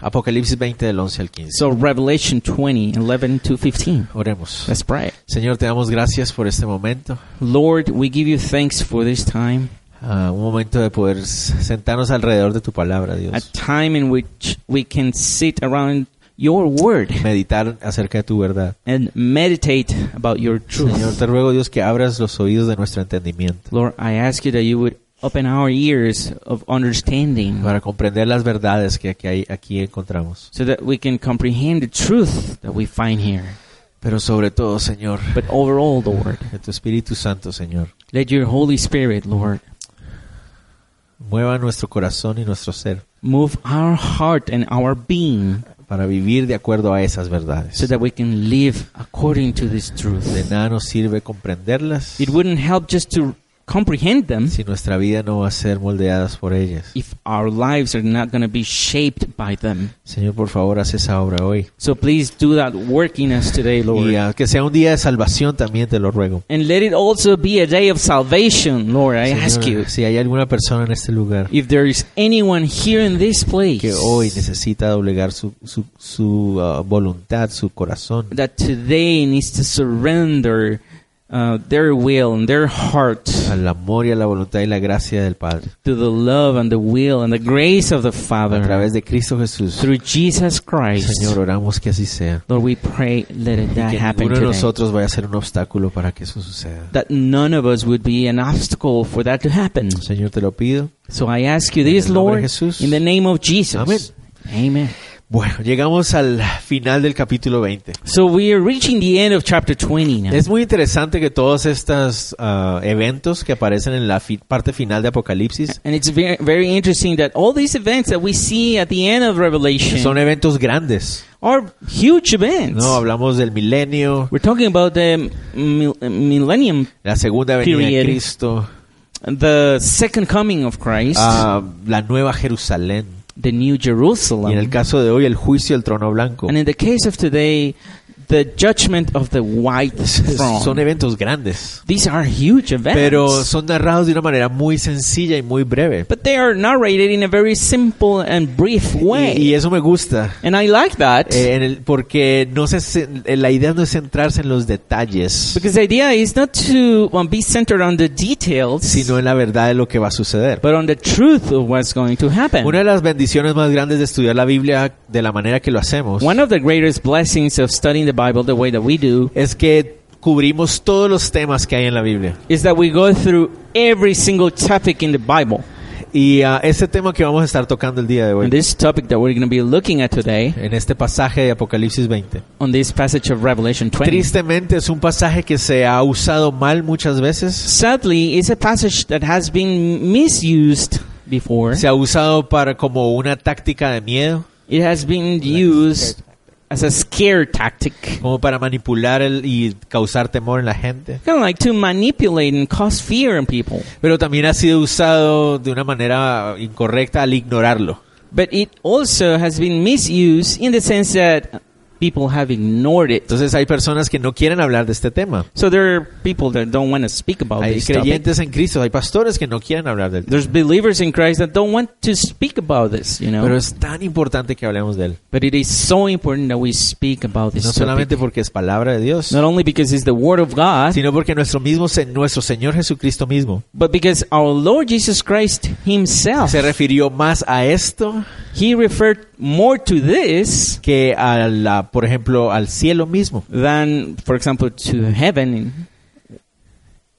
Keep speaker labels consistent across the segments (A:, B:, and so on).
A: Apocalipsis 20 del 11 al 15.
B: So Revelation 20, 11 to 15.
A: Oremos.
B: Let's pray.
A: Señor, te damos gracias por este momento.
B: Lord, we give you thanks for this time,
A: Ah, un momento de poder s- sentarnos alrededor de tu palabra,
B: a
A: Dios.
B: time in which we can sit around your word
A: Meditar acerca de tu verdad.
B: and meditate about your
A: Señor,
B: truth.
A: te ruego, Dios, que abras los oídos de nuestro entendimiento
B: Lord, I ask you that you would open our ears of understanding
A: para comprender las verdades que aquí, hay- aquí encontramos.
B: so that we can comprehend the truth that we find here.
A: Pero sobre todo, Señor,
B: But overall, Lord,
A: de tu Espíritu Santo, Señor.
B: let your Holy Spirit, Lord,
A: Mueva nuestro corazón y nuestro ser
B: move our heart and our being
A: para vivir de acuerdo a esas
B: so
A: verdades.
B: that we can live according to this
A: De
B: truth.
A: nada nos sirve comprenderlas
B: It wouldn't help just to comprehend them
A: si nuestra vida no va a ser moldeadas por ellas.
B: if our lives are not going to be shaped by them.
A: Señor, por favor, haz esa obra hoy.
B: So please do that work in us today, Lord.
A: Y ah, que sea un día de salvación también te lo ruego.
B: And let it also be a day of salvation, Lord. I
A: Señor,
B: ask you.
A: si hay alguna persona en este lugar
B: If there is anyone here in this place
A: que hoy necesita doblegar su, su, su, ah, voluntad, su corazón,
B: that today needs to surrender uh, their will and their heart
A: al amor y a la voluntad y la gracia del Padre,
B: to the love and the will and the grace of the
A: a
B: Father
A: través de Cristo Jesús,
B: through Jesus Christ,
A: Señor, oramos que así sea.
B: Lord, we pray let it that
A: Que
B: happen
A: ninguno de
B: today.
A: nosotros vaya a ser un obstáculo para que eso suceda.
B: That none of us would be an obstacle for that to happen.
A: Señor, te lo pido.
B: So I ask you
A: En el
B: this,
A: nombre
B: Lord,
A: de Jesús.
B: in the name of Jesus. Amen. Amen.
A: Bueno, llegamos al final del capítulo 20.
B: So we are reaching the end of chapter 20 now.
A: Es muy interesante que todos estos ah, eventos que aparecen en la fi- parte final de Apocalipsis
B: And it's very, very interesting that all these events that we see at the end of
A: son
B: Revelation
A: eventos grandes.
B: are huge events.
A: No, hablamos del milenio,
B: We're talking about the mil- millennium,
A: la segunda venida de
B: Period.
A: Cristo,
B: the second coming of Christ,
A: ah, la nueva Jerusalén
B: the new Jerusalem,
A: y en el caso de hoy el juicio del trono blanco.
B: and in the case of today, the judgment of the white
A: Son
B: throne.
A: eventos grandes,
B: These are huge events.
A: pero son narrados de una manera muy sencilla y muy breve.
B: but they are narrated in a very simple and brief way.
A: Y, y eso me gusta.
B: and I like that
A: eh, en el- porque no se, ce- la idea no es centrarse en los detalles,
B: because the idea is not to um, be centered on the details,
A: sino en la verdad de lo que va a suceder.
B: but on the truth of what's going to happen.
A: Una de las bendiciones más grandes de estudiar la Biblia de la manera que lo hacemos
B: One of the greatest blessings of studying the Bible the way that we do
A: es que cubrimos todos los temas que hay en la Biblia.
B: is that we go through every single topic in the Bible.
A: Y ah, este tema que vamos a estar tocando el día de
B: And
A: hoy,
B: this topic that we're going to be looking at today
A: en este pasaje de Apocalipsis 20,
B: on this passage of Revelation 20
A: tristemente es un pasaje que se ha usado mal muchas veces.
B: sadly is a passage that has been misused before.
A: Se ha usado para como una táctica de miedo,
B: It has been used as a scare tactic.
A: como para manipular el- y causar temor en la gente.
B: Kind of like to manipulate and cause fear in people.
A: Pero también ha sido usado de una manera incorrecta al ignorarlo.
B: But it also has been misused in the sense that people have ignored it.
A: Entonces hay personas que no quieren hablar de este tema.
B: So there are people that don't want to speak about
A: Hay
B: this topic.
A: creyentes en Cristo, hay pastores que no quieren hablar del tema.
B: There's believers in Christ that don't want to speak about this, you know.
A: Pero es tan importante que hablemos de él.
B: but it is so important that we speak about this
A: No
B: topic.
A: solamente porque es palabra de Dios,
B: Not only because it's the word of God,
A: sino porque nuestro mismo se- nuestro Señor Jesucristo mismo
B: but because our Lord Jesus Christ himself,
A: se refirió más a esto
B: he referred more to this
A: que a la, por ejemplo, al cielo mismo.
B: than, for example, to heaven.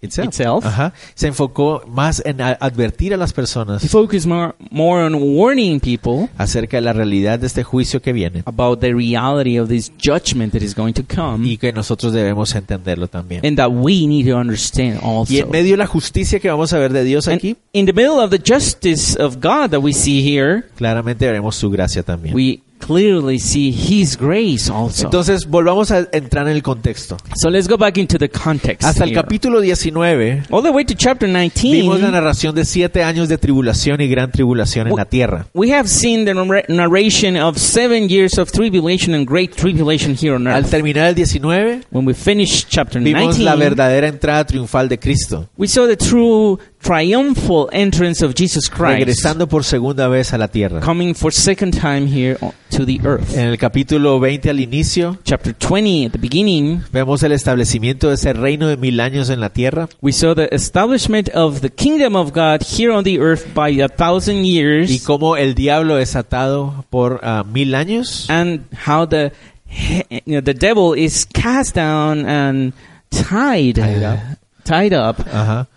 A: itself.
B: Itself.
A: Ajá. Se enfocó más en a- advertir a las personas
B: He focused more, more on warning people
A: acerca de la realidad de este juicio que viene
B: about the reality of this judgment that is going to come
A: y que nosotros debemos entenderlo también.
B: and that we need to understand also.
A: Y en medio de la justicia que vamos a ver de Dios
B: And
A: aquí,
B: in the middle of the justice of God that we see here,
A: claramente veremos su gracia también.
B: we clearly see His grace also.
A: Entonces, volvamos a entrar en el contexto.
B: so let's go back into the context.
A: Hasta el
B: here.
A: capítulo 19
B: All the way to chapter
A: vimos la
B: 19,
A: narración de siete años de tribulación y gran tribulación en la tierra.
B: we have seen the narra- narration of seven years of tribulation and great tribulation here on
A: Al
B: earth.
A: terminar el 19,
B: When we finish chapter
A: vimos la
B: 19,
A: verdadera entrada triunfal de Cristo,
B: we saw the true triumphal entrance of Jesus Christ
A: regresando por segunda vez a la tierra.
B: coming for second time here o- to the earth.
A: En el capítulo 20 al inicio,
B: Chapter 20 at the beginning,
A: vemos el establecimiento de ese reino de mil años en la tierra.
B: we saw the establishment of the kingdom of God here on the earth by a thousand
A: Y
B: years
A: cómo el diablo es atado por ah, mil años.
B: and how the he- you know, the devil is cast down and tied
A: Tied up.
B: tied up uh,
A: Ajá.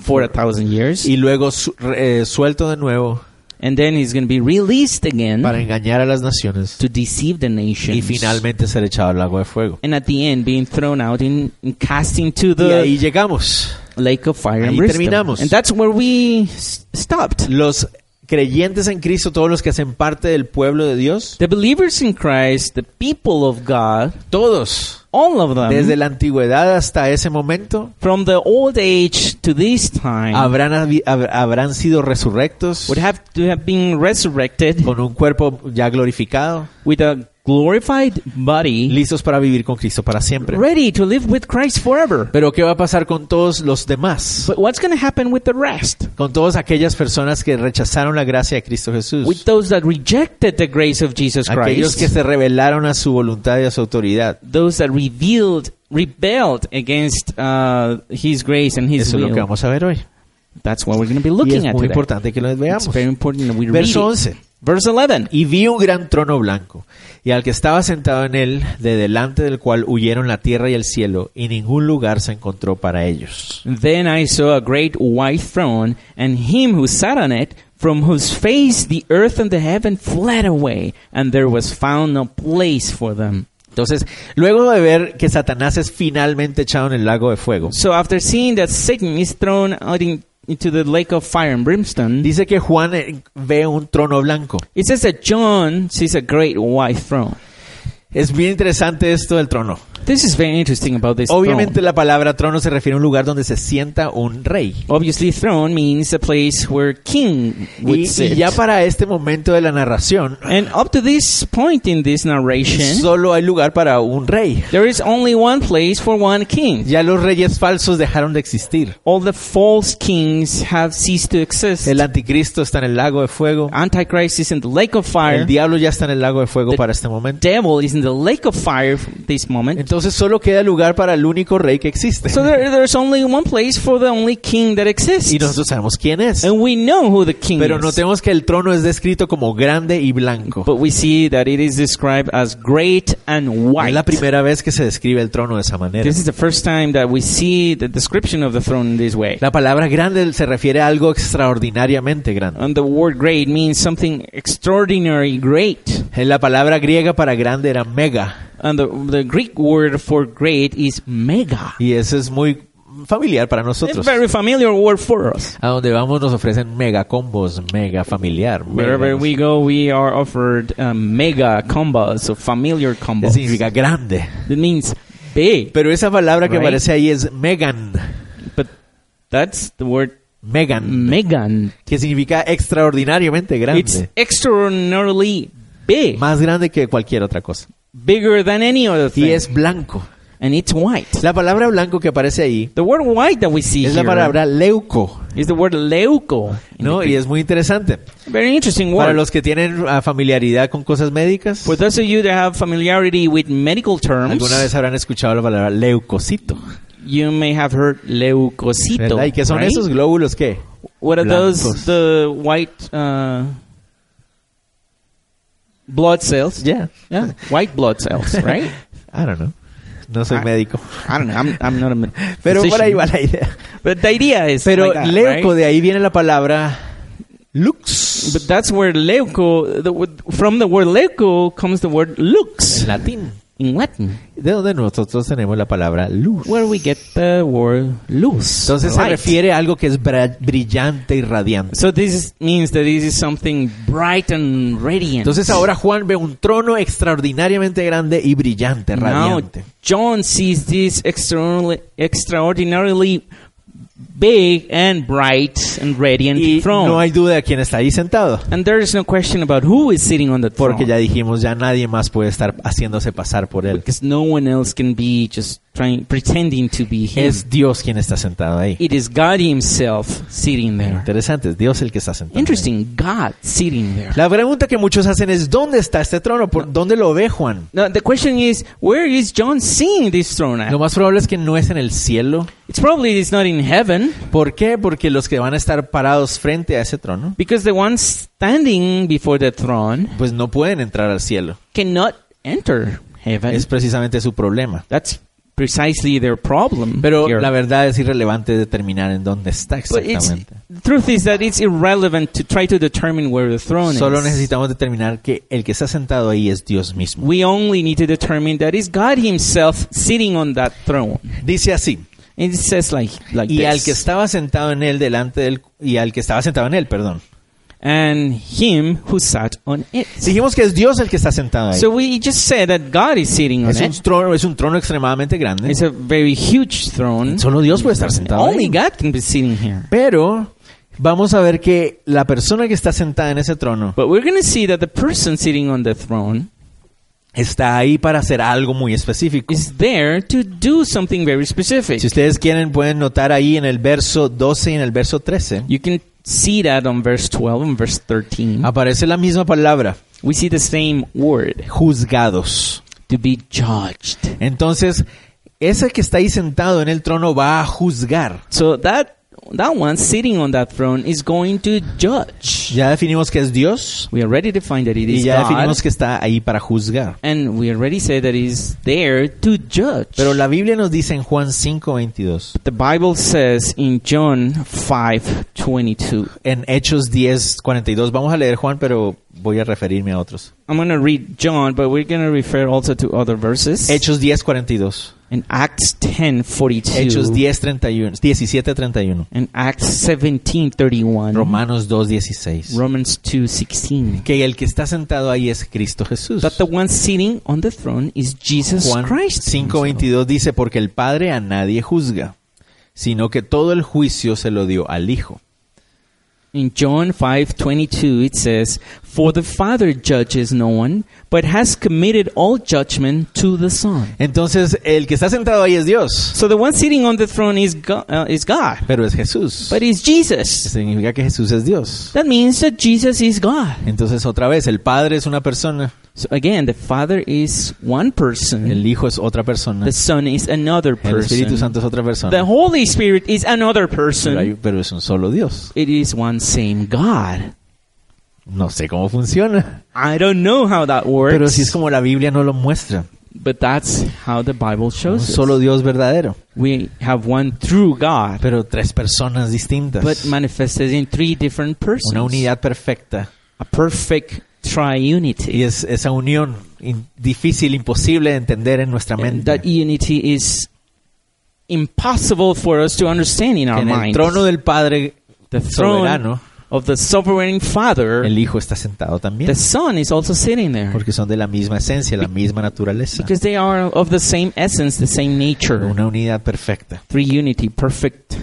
B: for a thousand years
A: Y luego su- re- eh, suelto de nuevo
B: and then he's going to be released again
A: para engañar a las naciones.
B: to deceive the nations
A: Y finalmente ser echado al lago de fuego.
B: and at the end being thrown out in, in cast into
A: Y
B: the
A: ahí llegamos.
B: lake of fire
A: Ahí
B: and brimstone.
A: terminamos.
B: And that's where we s- stopped.
A: Los creyentes en Cristo, todos los que hacen parte del pueblo de Dios,
B: The believers in Christ, the people of God,
A: todos,
B: all of them,
A: desde la antigüedad hasta ese momento,
B: from the old age to this time,
A: habrán, habi- hab- habrán sido resurrectos
B: would have to have been resurrected
A: con un cuerpo ya glorificado,
B: with a glorified body,
A: listos para vivir con Cristo para siempre.
B: ready to live with Christ forever.
A: Pero ¿qué va a pasar con todos los demás?
B: But what's going to happen with the rest?
A: Con todas aquellas personas que rechazaron la gracia de Cristo
B: With
A: Jesús.
B: those that rejected the grace of Jesus
A: Aquellos
B: Christ,
A: que se rebelaron a su voluntad y a su autoridad.
B: those that revealed, rebelled against uh, His grace and His
A: Eso es lo que
B: will.
A: vamos a ver hoy.
B: That's what we're going to be
A: Y es
B: looking at
A: muy
B: today.
A: importante que lo
B: It's
A: veamos.
B: very important that we read
A: Verso
B: it.
A: 11.
B: Verse 11.
A: Y vi un gran trono blanco, y al que estaba sentado en él, de delante del cual huyeron la tierra y el cielo, y ningún lugar se encontró para ellos.
B: Then I saw a great white throne, and him who sat on it, from whose face the earth and the heaven fled away, and there was found no place for them.
A: Entonces, luego de ver que Satanás es finalmente echado en el lago de fuego,
B: So after seeing that Satan is thrown out in, into the lake of fire and brimstone,
A: dice que Juan eh, ve un trono blanco.
B: it says that John sees a great white throne.
A: Es bien interesante esto del trono.
B: This is very interesting about this
A: Obviamente
B: throne.
A: la palabra trono se refiere a un lugar donde se sienta un rey.
B: Obviously, throne means a place where king would
A: Y,
B: sit.
A: y ya para este momento de la narración,
B: and up to this point in this narration,
A: solo hay lugar para un rey.
B: There is only one place for one king.
A: Ya los reyes falsos dejaron de existir.
B: All the false kings have ceased to exist.
A: El anticristo está en el lago de fuego.
B: Antichrist is in the lake of fire.
A: El diablo ya está en el lago de fuego
B: The-
A: para este momento.
B: devil is in the lake of fire f- this moment.
A: Entonces solo queda lugar para el único rey que existe.
B: So there, there's only one place for the only king that exists.
A: Y nosotros sabemos quién es.
B: And we know who the king
A: Pero
B: is.
A: notemos que el trono es descrito como grande y blanco.
B: But we see that it is described as great and
A: Es
B: white.
A: la primera vez que se describe el trono de esa manera.
B: This is the first time that we see the description of the throne in this way.
A: La palabra grande se refiere a algo extraordinariamente grande.
B: And the word great means something extraordinary great.
A: En la palabra griega para grande era mega.
B: And the, the Greek word for great is mega.
A: Y eso es muy familiar para
B: It's a
A: nosotros.
B: very familiar word for us.
A: A donde vamos nos ofrecen mega combos, mega familiar. mega-
B: Wherever we go, we are offered um, mega combos or familiar
A: que
B: combos.
A: significa grande.
B: It means big,
A: Pero esa palabra que
B: Right.
A: aparece ahí es Megan.
B: but that's the word
A: Megan.
B: megan.
A: Que significa extraordinariamente
B: Mm. It's
A: grande.
B: extraordinarily big,
A: Más grande que cualquier otra cosa.
B: bigger than any other
A: Y
B: thing,
A: es blanco.
B: and it's white.
A: La palabra blanco que aparece ahí
B: The word white that we see
A: es la
B: here
A: palabra leuco.
B: is the word leuco. in
A: ¿No?
B: the
A: Y
B: Greek.
A: es muy interesante.
B: Very interesting
A: Para
B: word.
A: los que tienen ah, familiaridad con cosas médicas,
B: For those of you that have familiarity with medical terms,
A: alguna vez habrán escuchado la palabra leucocito.
B: you may have heard leucocito.
A: ¿verdad? ¿Y qué son
B: right?
A: esos glóbulos qué?
B: What are
A: Blancos.
B: those? The white uh, blood cells.
A: Yeah.
B: Yeah, white blood cells, right?
A: I don't know. No soy
B: I-
A: médico.
B: I don't know. I'm, I'm not a med-
A: Pero por ahí
B: physician.
A: va la idea.
B: But the idea is
A: Pero
B: like that,
A: leuco,
B: right?
A: de ahí viene la palabra lux.
B: But that's where leuco. The, word- from the word leuco comes the word lux
A: En latín.
B: in Latin,
A: De donde nosotros tenemos la palabra luz.
B: where we get the word luz.
A: Entonces se
B: light.
A: refiere a algo que es bra- brillante y radiante.
B: So this is- means that this is something bright and radiant.
A: Entonces ahora Juan ve un trono extraordinariamente grande y brillante,
B: now
A: radiante.
B: John sees this extraordinarily, extraordinarily big and bright and radiant
A: Y
B: throne.
A: no hay duda de quién está ahí sentado.
B: and there is no question about who is sitting on that throne.
A: Porque ya dijimos, ya nadie más puede estar haciéndose pasar por él.
B: because no one else can be just trying pretending to be him.
A: Es Dios quien está sentado ahí.
B: It is God Himself sitting there.
A: Interesante, es Dios el que está sentado. ahí.
B: Interesting, God sitting there.
A: La pregunta que muchos hacen es, ¿dónde está este trono? ¿Por dónde lo ve Juan?
B: Now the question is, where is John seeing this throne at?
A: Lo más probable es que no es en el cielo.
B: It's probably it's not in heaven
A: ¿Por qué? Porque los que van a estar parados frente a ese trono,
B: because the ones standing before the throne
A: pues no pueden entrar al cielo.
B: cannot enter heaven.
A: Es precisamente su problema.
B: That's precisely their problem.
A: Pero
B: here.
A: la verdad es irrelevante determinar en dónde está
B: But it's,
A: exactamente.
B: the truth is that it's irrelevant to try to determine where the throne
A: Solo
B: is.
A: necesitamos determinar que el que está sentado ahí es Dios mismo.
B: we only need to determine that it's God Himself sitting on that throne.
A: Dice así,
B: And it says like like
A: y al
B: this.
A: que estaba sentado en él delante del y al que estaba sentado en él, perdón.
B: and him who sat on it.
A: Dijimos que es Dios el que está sentado ahí.
B: So we just said that God is sitting on
A: Es un
B: it.
A: trono, es un trono extremadamente grande.
B: It's a very huge throne.
A: Solo Dios puede estar sentado
B: Only
A: ahí.
B: God can be sitting here.
A: Pero vamos a ver que la persona que está sentada en ese trono
B: But we're going to see that the person sitting on the throne
A: está ahí para hacer algo muy específico.
B: is there to do something very specific.
A: Si ustedes quieren pueden notar ahí en el verso 12 y en el verso 13
B: You can see that on verse 12 and verse 13.
A: aparece la misma palabra,
B: We see the same word,
A: juzgados.
B: to be judged.
A: Entonces, ese que está ahí sentado en el trono va a juzgar.
B: So that that one sitting on that throne is going to judge.
A: Ya definimos que es Dios
B: We already defined that it
A: y
B: is
A: ya
B: God.
A: definimos que está ahí para juzgar.
B: And we already said that he's there to judge.
A: Pero la Biblia nos dice en Juan 5:22,
B: the Bible says in John 5:22.
A: en Hechos 10:42, vamos a leer Juan, pero voy a referirme a otros.
B: I'm going to read John, but we're going to refer also to other verses.
A: Hechos 10:42,
B: in Acts 10:42.
A: Hechos 10:31, 17:31,
B: and Acts 17:31.
A: Romanos 2:16.
B: Romans 2:16.
A: Que el que está sentado ahí es Cristo Jesús.
B: That the one sitting on the throne is Jesus
A: Juan
B: Christ.
A: 5:22 dice, porque el Padre a nadie juzga, sino que todo el juicio se lo dio al Hijo.
B: In John 5:22 it says, "For the Father judges no one, but has committed all judgment to the Son."
A: Entonces, el que está sentado ahí es Dios,
B: So the one sitting on the throne is God, uh, is God,
A: pero es Jesús.
B: but is Jesus.
A: Significa que Jesús es Dios.
B: That means that Jesus is God.
A: Entonces, otra vez, el Padre es una persona,
B: So again, the Father is one person,
A: el Hijo es otra persona,
B: the Son is another
A: el Espíritu
B: person,
A: Santo es otra
B: the
A: persona,
B: Holy Spirit is another
A: pero, hay-
B: person.
A: pero es un solo Dios.
B: It is one same God.
A: No sé cómo funciona,
B: I don't know how that works,
A: pero si es como la Biblia no lo muestra.
B: but that's how the Bible
A: Un
B: shows us.
A: solo Dios verdadero,
B: We have one true God.
A: pero tres personas
B: but
A: distintas.
B: manifested in three different persons.
A: Una unidad perfecta.
B: A perfect triunity.
A: Y es esa unión in- difícil, imposible de entender en nuestra
B: And
A: mente.
B: that unity is impossible for us to understand in
A: Que
B: our
A: en el
B: minds.
A: trono del Padre
B: the throne
A: soberano,
B: of the sovereign Father,
A: el Hijo está sentado también.
B: the Son is also sitting there.
A: Porque son de la misma esencia, la misma naturaleza.
B: Because they are of the same essence, the same nature.
A: Una unidad perfecta.
B: Three unity, perfect.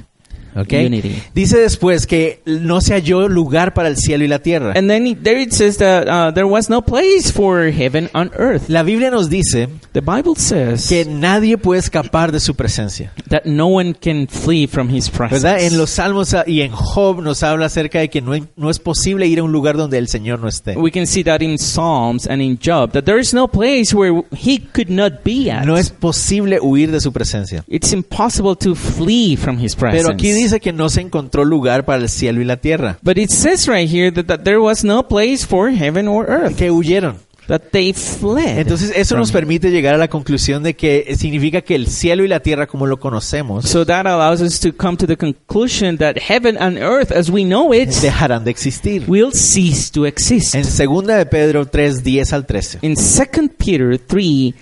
A: ¿ok?
B: Unity.
A: Dice después que no se halló lugar para el cielo y la tierra.
B: And then it- there it says that uh, there was no place for heaven on earth.
A: La Biblia nos dice
B: The Bible says
A: que nadie puede escapar de su presencia.
B: that no one can flee from his presence.
A: ¿Verdad? En los Salmos ah, y en Job nos habla acerca de que no, no es posible ir a un lugar donde el Señor no esté.
B: We can see that in Psalms and in Job that there is no place where he could not be at.
A: No es posible huir de su presencia.
B: it's impossible to flee from his presence.
A: Pero aquí dice que no se encontró lugar para el cielo y la tierra.
B: but it says right here that, that there was no place for heaven or earth.
A: Que huyeron.
B: that they fled.
A: Entonces eso nos permite llegar a la conclusión de que significa que el cielo y la tierra como lo conocemos
B: so that allows us to come to the conclusion that heaven and earth, as we know it,
A: dejarán de existir.
B: will cease to exist.
A: En segunda de Pedro 3, 10 al 13.
B: In 2 Peter 3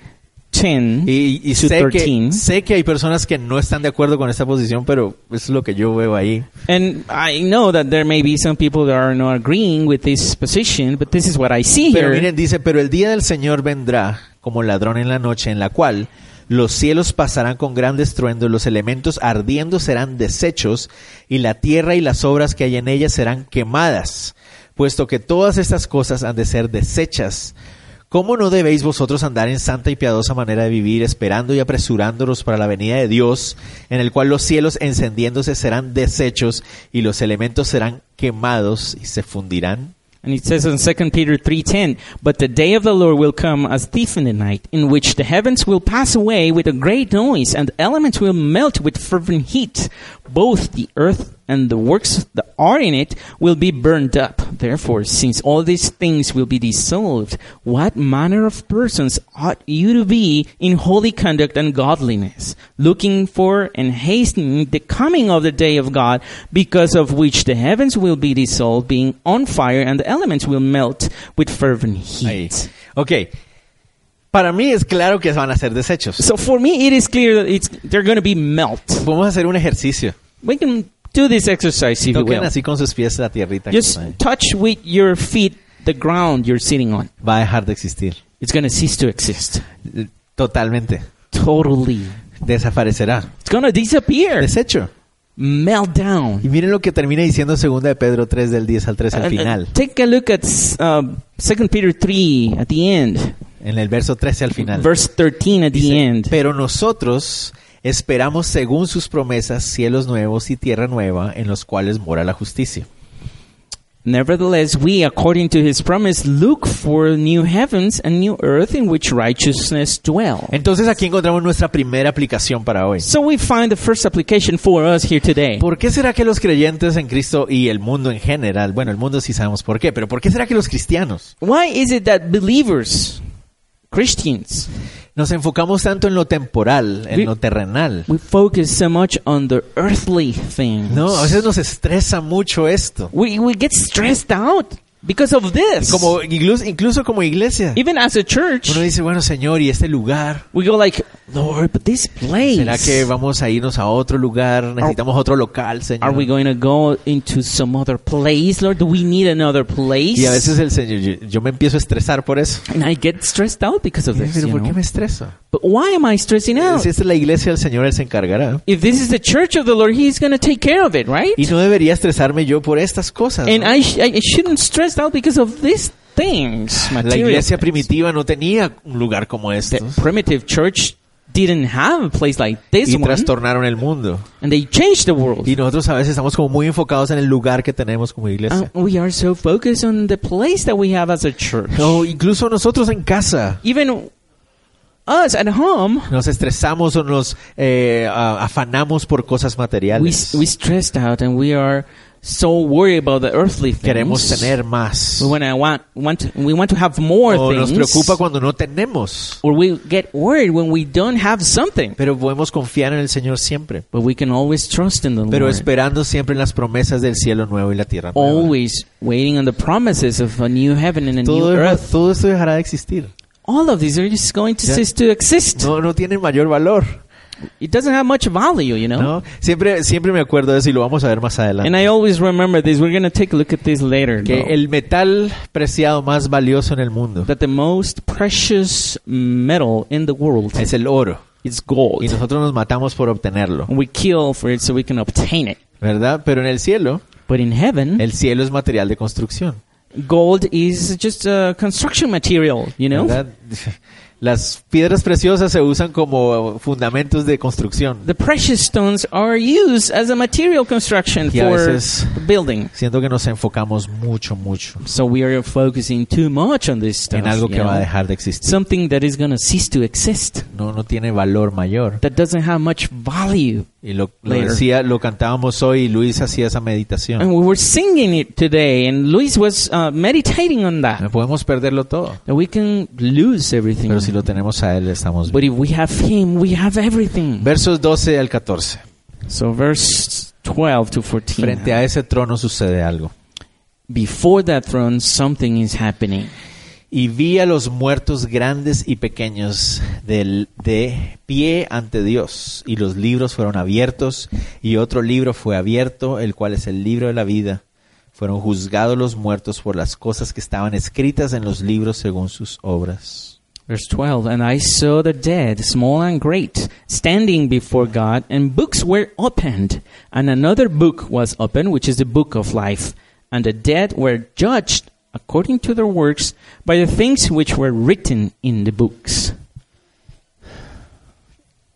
B: 10,
A: Y, y
B: to
A: sé, que,
B: 13.
A: sé que hay personas que no están de acuerdo con esta posición, pero es lo que yo veo ahí.
B: and I know that there may be some people that are not agreeing with this position, but this is what I see
A: Pero
B: here.
A: miren, dice, pero el día del Señor vendrá como ladrón en la noche, en la cual los cielos pasarán con gran estruendo, los elementos ardiendo serán deshechos, y la tierra y las obras que hay en ella serán quemadas, puesto que todas estas cosas han de ser deshechas. ¿Cómo no debéis vosotros andar en santa y piadosa manera de vivir, esperando y apresurándonos para la venida de Dios, en el cual los cielos encendiéndose serán deshechos y los elementos serán quemados y se fundirán?
B: And it says in 2 Peter 3:10, "But the day of the Lord will come as thief in the night, in which the heavens will pass away with a great noise, and the elements will melt with fervent heat. Both the earth and the works that are in it will be burned up. Therefore, since all these things will be dissolved, what manner of persons ought you to be in holy conduct and godliness, looking for and hastening the coming of the day of God, because of which the heavens will be dissolved, being on fire, and the elements will melt with fervent
A: Ahí.
B: heat.
A: Ok. Para mí es claro que van a ser desechos.
B: So for me, it is clear that it's they're going to be melt.
A: Vamos a hacer un ejercicio.
B: We can do this exercise if you
A: Toquen
B: will.
A: así con sus pies la tierrita. que
B: Just
A: está ahí.
B: touch with your feet the ground you're sitting on.
A: Va a dejar de existir.
B: It's going to cease to exist.
A: Totalmente.
B: Totally.
A: Desaparecerá.
B: It's going to disappear.
A: Desecho.
B: Melt down.
A: Y miren lo que termina diciendo segunda de Pedro 3 del 10 al 13 al
B: And, uh,
A: final.
B: take a look at uh, Second Peter three at the end,
A: En el verso 13 al final.
B: verse thirteen at the end.
A: Pero nosotros esperamos según sus promesas cielos nuevos y tierra nueva en los cuales mora la justicia.
B: Nevertheless, we, according to His promise, look for new heavens and new earth in which righteousness dwell.
A: Entonces aquí encontramos nuestra primera aplicación para hoy.
B: So we find the first application for us here today.
A: ¿Por qué será que los creyentes en Cristo y el mundo en general, bueno, el mundo sí sabemos por qué, pero ¿por qué será que los cristianos
B: Why is it that believers, Christians,
A: nos enfocamos tanto en lo temporal, en
B: We-
A: lo terrenal?
B: we focus so much on the earthly things?
A: No, a veces nos estresa mucho esto.
B: we we get stressed out because of this.
A: Como incluso, incluso como iglesia.
B: Even as a church,
A: Uno dice, bueno, Señor, ¿y este lugar?
B: we go like, Lord, but this place.
A: ¿Será que vamos a irnos a otro lugar? Necesitamos otro local,
B: Are
A: Señor.
B: we going to go into some other place, Lord? Do we need another place?
A: Y a veces el Señor, yo, yo me empiezo a estresar por eso.
B: and I get stressed out because of this.
A: Pero
B: you
A: ¿por qué
B: know?
A: me estreso?
B: But why am I stressing out?
A: Si esta es la iglesia, el Señor Él se encargará.
B: If this is the church of the Lord, He's going to take care of it, right?
A: Y no debería estresarme yo por estas cosas.
B: And
A: ¿no?
B: I, sh- I shouldn't stress out because of these things.
A: La
B: material
A: iglesia
B: things.
A: primitiva no tenía un lugar como este.
B: The primitive church didn't have a place like this
A: Y
B: one,
A: trastornaron el mundo.
B: and they changed the world.
A: Y nosotros a veces estamos como muy enfocados en el lugar que tenemos como iglesia.
B: And Uh, we are so focused on the place that we have as a church.
A: O incluso nosotros en casa.
B: Even us at home,
A: Nos estresamos o nos eh, a- afanamos por cosas
B: we,
A: materiales.
B: we stressed out and we are so worried about the earthly things.
A: Queremos tener más.
B: We
A: O
B: want to want, want to- we want to have more
A: nos
B: things.
A: preocupa cuando no tenemos.
B: or we get worried when we don't have something.
A: Pero podemos confiar en el Señor siempre.
B: But we can always trust in the
A: Pero
B: Lord.
A: esperando siempre en las promesas del cielo nuevo y la tierra nueva.
B: always waiting on the promises of a new heaven and a
A: Todo,
B: new earth.
A: todo esto dejará de existir.
B: All of these are just going to
A: Ya.
B: cease to exist.
A: No, no tiene mayor valor.
B: It doesn't have much value, you know.
A: ¿no? Siempre, siempre me acuerdo de eso y lo vamos a ver más adelante.
B: And I always remember this. We're going to take a look at this later.
A: que
B: though.
A: el metal preciado más valioso en el mundo
B: that the most precious metal in the world
A: es el oro.
B: is gold.
A: Y nosotros nos matamos por obtenerlo,
B: And we kill for it so we can obtain it.
A: ¿verdad? Pero en el cielo,
B: But in heaven,
A: el cielo es material de construcción.
B: gold is just a construction material, you know?
A: ¿verdad? Las piedras preciosas se usan como fundamentos de construcción.
B: The precious stones are used as a material construction
A: Y a
B: for
A: veces-
B: the building.
A: Siento que nos enfocamos mucho, mucho
B: So we are focusing too much on this stuff.
A: en algo
B: you
A: que va a
B: know.
A: dejar de existir.
B: Something that is going to cease to exist.
A: No, no tiene valor mayor.
B: That doesn't have much value.
A: Y lo, lo
B: Later.
A: decía, lo cantábamos hoy y Luis hacía esa meditación.
B: And we were singing it today, and Luis was uh, meditating on that.
A: No podemos perderlo todo.
B: That we can lose everything.
A: Pero si lo tenemos a él, estamos
B: But
A: bien.
B: if we have him, we have everything.
A: Versos 12 al 14.
B: So verse 12 to 14.
A: Frente a ese trono sucede algo.
B: Before that throne, something is happening.
A: Y vi a los muertos grandes y pequeños del- de pie ante Dios. Y los libros fueron abiertos y otro libro fue abierto, el cual es el libro de la vida. Fueron juzgados los muertos por las cosas que estaban escritas en los libros según sus obras.
B: Verse 12 And I saw the dead, small and great, standing before God, and books were opened. And another book was opened, which is the book of life. And the dead were judged according to their works by the things which were written in the books.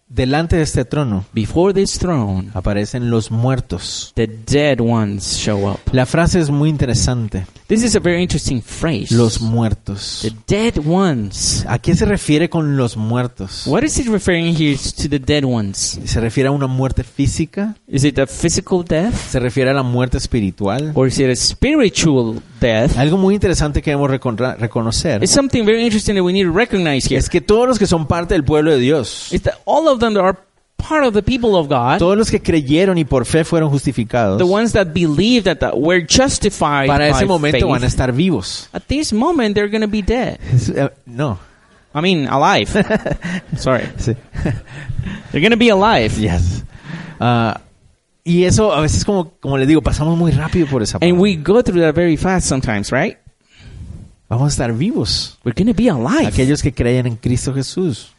A: Delante de este trono
B: Before this throne,
A: aparecen los muertos.
B: the dead ones show up.
A: La frase es muy interesante.
B: This is a very interesting phrase.
A: Los
B: the
A: muertos.
B: dead ones.
A: ¿A qué se refiere con los muertos?
B: What is it referring here to the dead ones?
A: ¿Se refiere a una muerte física?
B: Is it a physical death?
A: ¿Se refiere a la muerte espiritual?
B: Or is it a spiritual death?
A: Algo muy interesante que debemos reconra- reconocer
B: It's something very interesting that we need to recognize here.
A: es que todos los que son parte del pueblo de Dios,
B: Is that all of them that are part of the people of God,
A: todos los que creyeron y por fe fueron justificados,
B: the ones that believe that, that were justified
A: para ese
B: by faith,
A: momento van a estar vivos.
B: at this moment they're going to be dead.
A: Es- eh, No.
B: I mean, alive. Sorry.
A: Sí.
B: They're going to be alive.
A: Yes. Ah, y eso a veces como, como les digo, pasamos muy rápido por esa
B: And
A: parte.
B: we go through that very fast sometimes, right?
A: Vamos a estar vivos.
B: We're going to be alive.
A: Aquellos que crean en Cristo Jesús.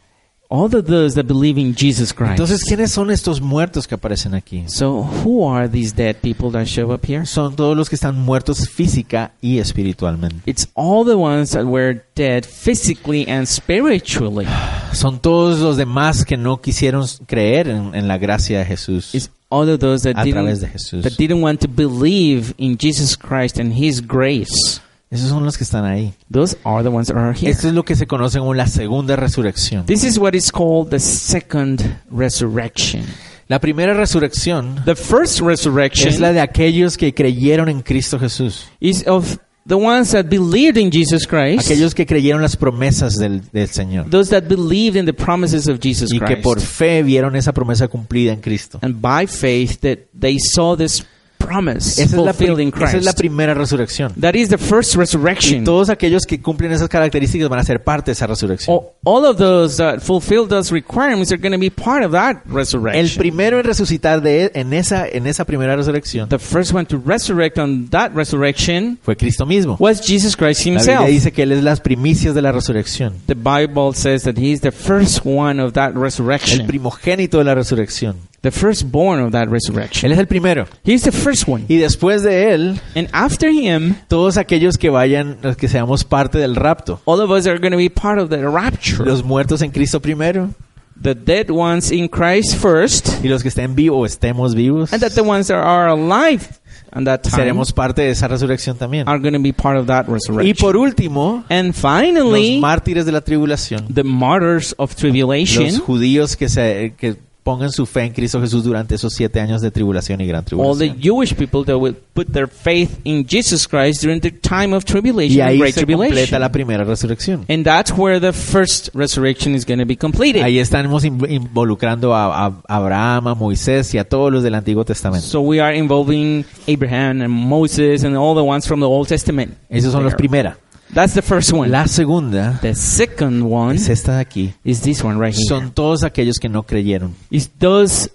B: All of those that believe in Jesus Christ.
A: Entonces, ¿quiénes son estos muertos que aparecen aquí?
B: so who are these dead people that show up here?
A: Son todos los que están muertos física y espiritualmente.
B: It's all the ones that were dead physically and spiritually.
A: Son todos los demás que no quisieron creer en, en la gracia de Jesús.
B: It's all of those that
A: A
B: didn't,
A: través de Jesús.
B: that didn't want to believe in Jesus Christ and His grace.
A: Esos son los que están ahí.
B: Those are the ones that are here.
A: Esto es lo que se conoce como la segunda resurrección.
B: This is what is called the second resurrection.
A: La primera resurrección
B: The first
A: es
B: resurrection
A: la de aquellos que creyeron en Cristo Jesús.
B: is of the ones that believed in Jesus Christ,
A: Aquellos que creyeron las promesas del, del Señor.
B: those that believed in the promises of Jesus
A: Y que
B: Christ.
A: por fe vieron esa promesa cumplida en Cristo.
B: and by faith that they saw this promise
A: Esa es la,
B: fulfilled
A: pri-
B: in Christ.
A: esa es la primera resurrección.
B: that is the first resurrection.
A: Todos aquellos que cumplen esas características van a ser parte de esa resurrección.
B: all, all of those that fulfill those requirements are going to be part of that
A: El
B: resurrection.
A: primero en resucitar de, e, en, esa, en esa primera resurrección
B: the first one to resurrect on that resurrection
A: fue Cristo mismo.
B: was Jesus Christ
A: La Biblia
B: himself.
A: dice que Él es las primicias de la resurrección.
B: The Bible says that he is the first one of that
A: El
B: resurrection,
A: primogénito de la resurrección.
B: the firstborn of that resurrection.
A: Él es el primero.
B: He's the first one.
A: Y después de Él,
B: And after him,
A: todos aquellos que vayan, los que seamos parte del rapto.
B: all of us are going to be part of the rapture.
A: Los muertos en Cristo primero.
B: The dead ones in Christ first,
A: Y los que estén vivos o estemos vivos.
B: and that the ones that are alive on that time
A: Seremos parte de esa resurrección también.
B: are going to be part of that
A: Y
B: resurrection.
A: por último,
B: And
A: los
B: finally,
A: mártires de la tribulación.
B: the martyrs of
A: Los
B: tribulation,
A: judíos que, se, que pongan su fe en Cristo Jesús durante esos siete años de tribulación y gran
B: all the
A: tribulación.
B: Jewish people that will put their faith in Jesus Christ during the time of tribulation,
A: Y
B: the
A: ahí
B: great
A: se completa
B: tribulation.
A: la primera resurrección.
B: And that's where the first resurrection is going to be completed.
A: Ahí estamos in- involucrando a, a Abraham, a Moisés y a todos los del Antiguo Testamento.
B: So we are involving Abraham and Moses and all the ones from the Old Testament.
A: Esos son los
B: There.
A: primera.
B: That's the first one.
A: La segunda
B: the second one
A: es esta de aquí.
B: is this one right here.
A: Son todos aquellos que no creyeron,
B: Is those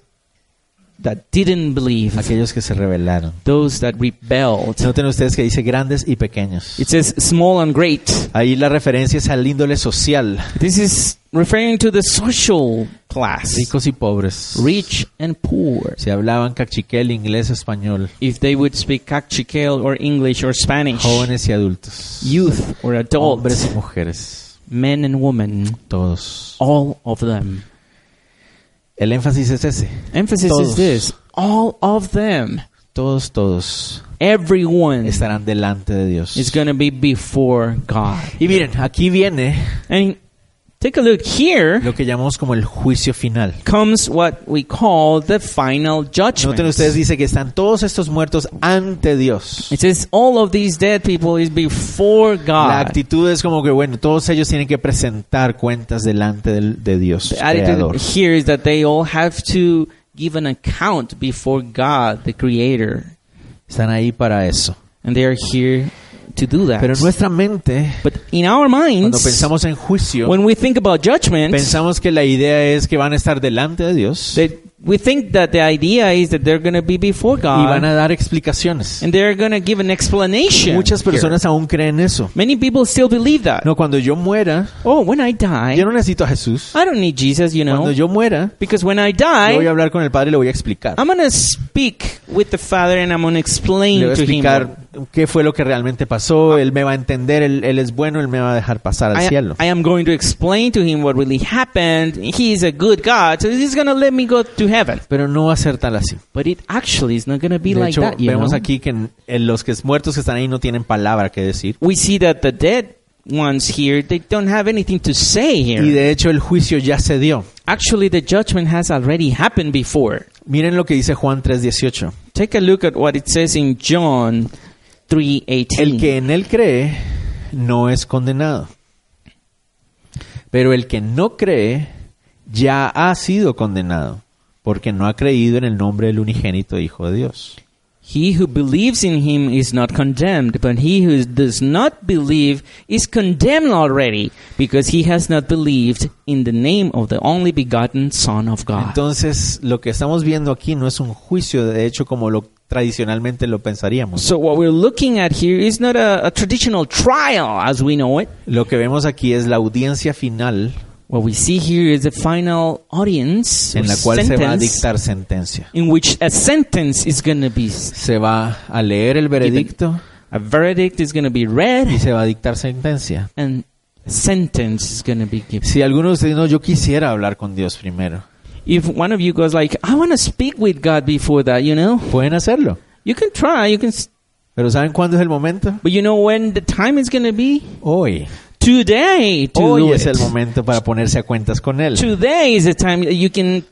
B: that didn't believe,
A: aquellos que se rebelaron.
B: those that rebelled.
A: Noten ustedes que dice grandes y pequeños.
B: It says small and great.
A: Ahí la referencia es al índole social,
B: This is referring to the social class,
A: ricos y pobres.
B: rich and poor.
A: Si hablaban cachiquel, inglés, español,
B: If they would speak Cachiquel or English or Spanish,
A: jóvenes y adultos,
B: youth or adults,
A: hombres y mujeres.
B: men and women,
A: Todos.
B: all of them.
A: El énfasis es ese.
B: Emphasis
A: Todos.
B: is this all of them,
A: Todos, todos
B: everyone
A: estarán delante de Dios.
B: is going to be before God.
A: Y miren, aquí viene
B: And take a look here
A: lo que llamamos como el juicio final.
B: comes what we call the final judgment.
A: Noten ustedes, dice que están todos estos muertos ante Dios.
B: It says all of these dead people is before
A: La
B: God.
A: actitud es como que, bueno, todos ellos tienen que presentar cuentas delante del- de, Dios,
B: The attitude
A: Creador.
B: here is that they all have to give an account before God, the Creator,
A: Están ahí para eso.
B: and they are here to do that.
A: Pero en nuestra mente,
B: but in our
A: cuando
B: minds,
A: pensamos en juicio,
B: when we think about judgment,
A: pensamos que la idea es que van a estar delante pues, de Dios y
B: that we think that the idea is that they're going to be before God
A: van a dar explicaciones.
B: and they're going to give an explanation.
A: Muchas
B: here.
A: personas aún creen eso.
B: many people still believe that.
A: No, cuando yo muera,
B: Oh, when I die,
A: yo no necesito a Jesús.
B: I don't need Jesus, you know,
A: Cuando yo muera,
B: because when I
A: yo
B: die,
A: voy a hablar con el Padre y le voy a explicar.
B: I'm gonna speak with the father and I'm gonna
A: Le
B: explain
A: voy a
B: to him.
A: explicar qué fue lo que realmente pasó. Él me va a entender, él, él es bueno, él me va a dejar pasar al
B: I,
A: cielo.
B: I am going to explain to him what really happened. He is a good God, so he's gonna let me go to heaven.
A: Pero no va a ser tal así.
B: But it actually is not gonna be
A: de
B: like
A: hecho,
B: that, you know.
A: vemos aquí que en- en los que muertos que están ahí no tienen palabra que decir.
B: We see that the dead ones here they don't have anything to say here.
A: Y de hecho el juicio ya se dio.
B: actually, the judgment has already happened before.
A: Miren lo que dice Juan 3:18.
B: Take a look at what it says in John three
A: El
B: eighteen.
A: que en él cree no es condenado. Pero el que no cree ya ha sido condenado, porque no ha creído en el nombre del unigénito Hijo de Dios.
B: He who believes in him is not condemned, but he who does not believe is condemned already, because he has not believed in the name of the only begotten Son of God.
A: Entonces, lo que estamos viendo aquí no es un juicio, de hecho, como lo tradicionalmente lo pensaríamos.
B: So, what we're looking at here is not a, a traditional trial as we know it.
A: Lo que vemos aquí es la audiencia final
B: What we see here is a final audience or
A: en la cual se va a
B: sentence,
A: dictar sentencia.
B: in which a sentence is going to be, s-
A: Se va a leer el veredicto
B: a verdict is going to be
A: y
B: read,
A: se va a dictar sentencia.
B: and sentence is going to be given.
A: Si alguno de ustedes no, yo quisiera hablar con Dios primero.
B: If one of you goes like, I want to speak with God before that, you know,
A: Pueden hacerlo.
B: You can try. You can, s-
A: Pero ¿saben cuándo es el momento?
B: but you know when the time is going to be
A: Hoy.
B: today. To
A: Hoy
B: do
A: es
B: it.
A: el momento para ponerse a cuentas con Él.
B: Today is the time that you can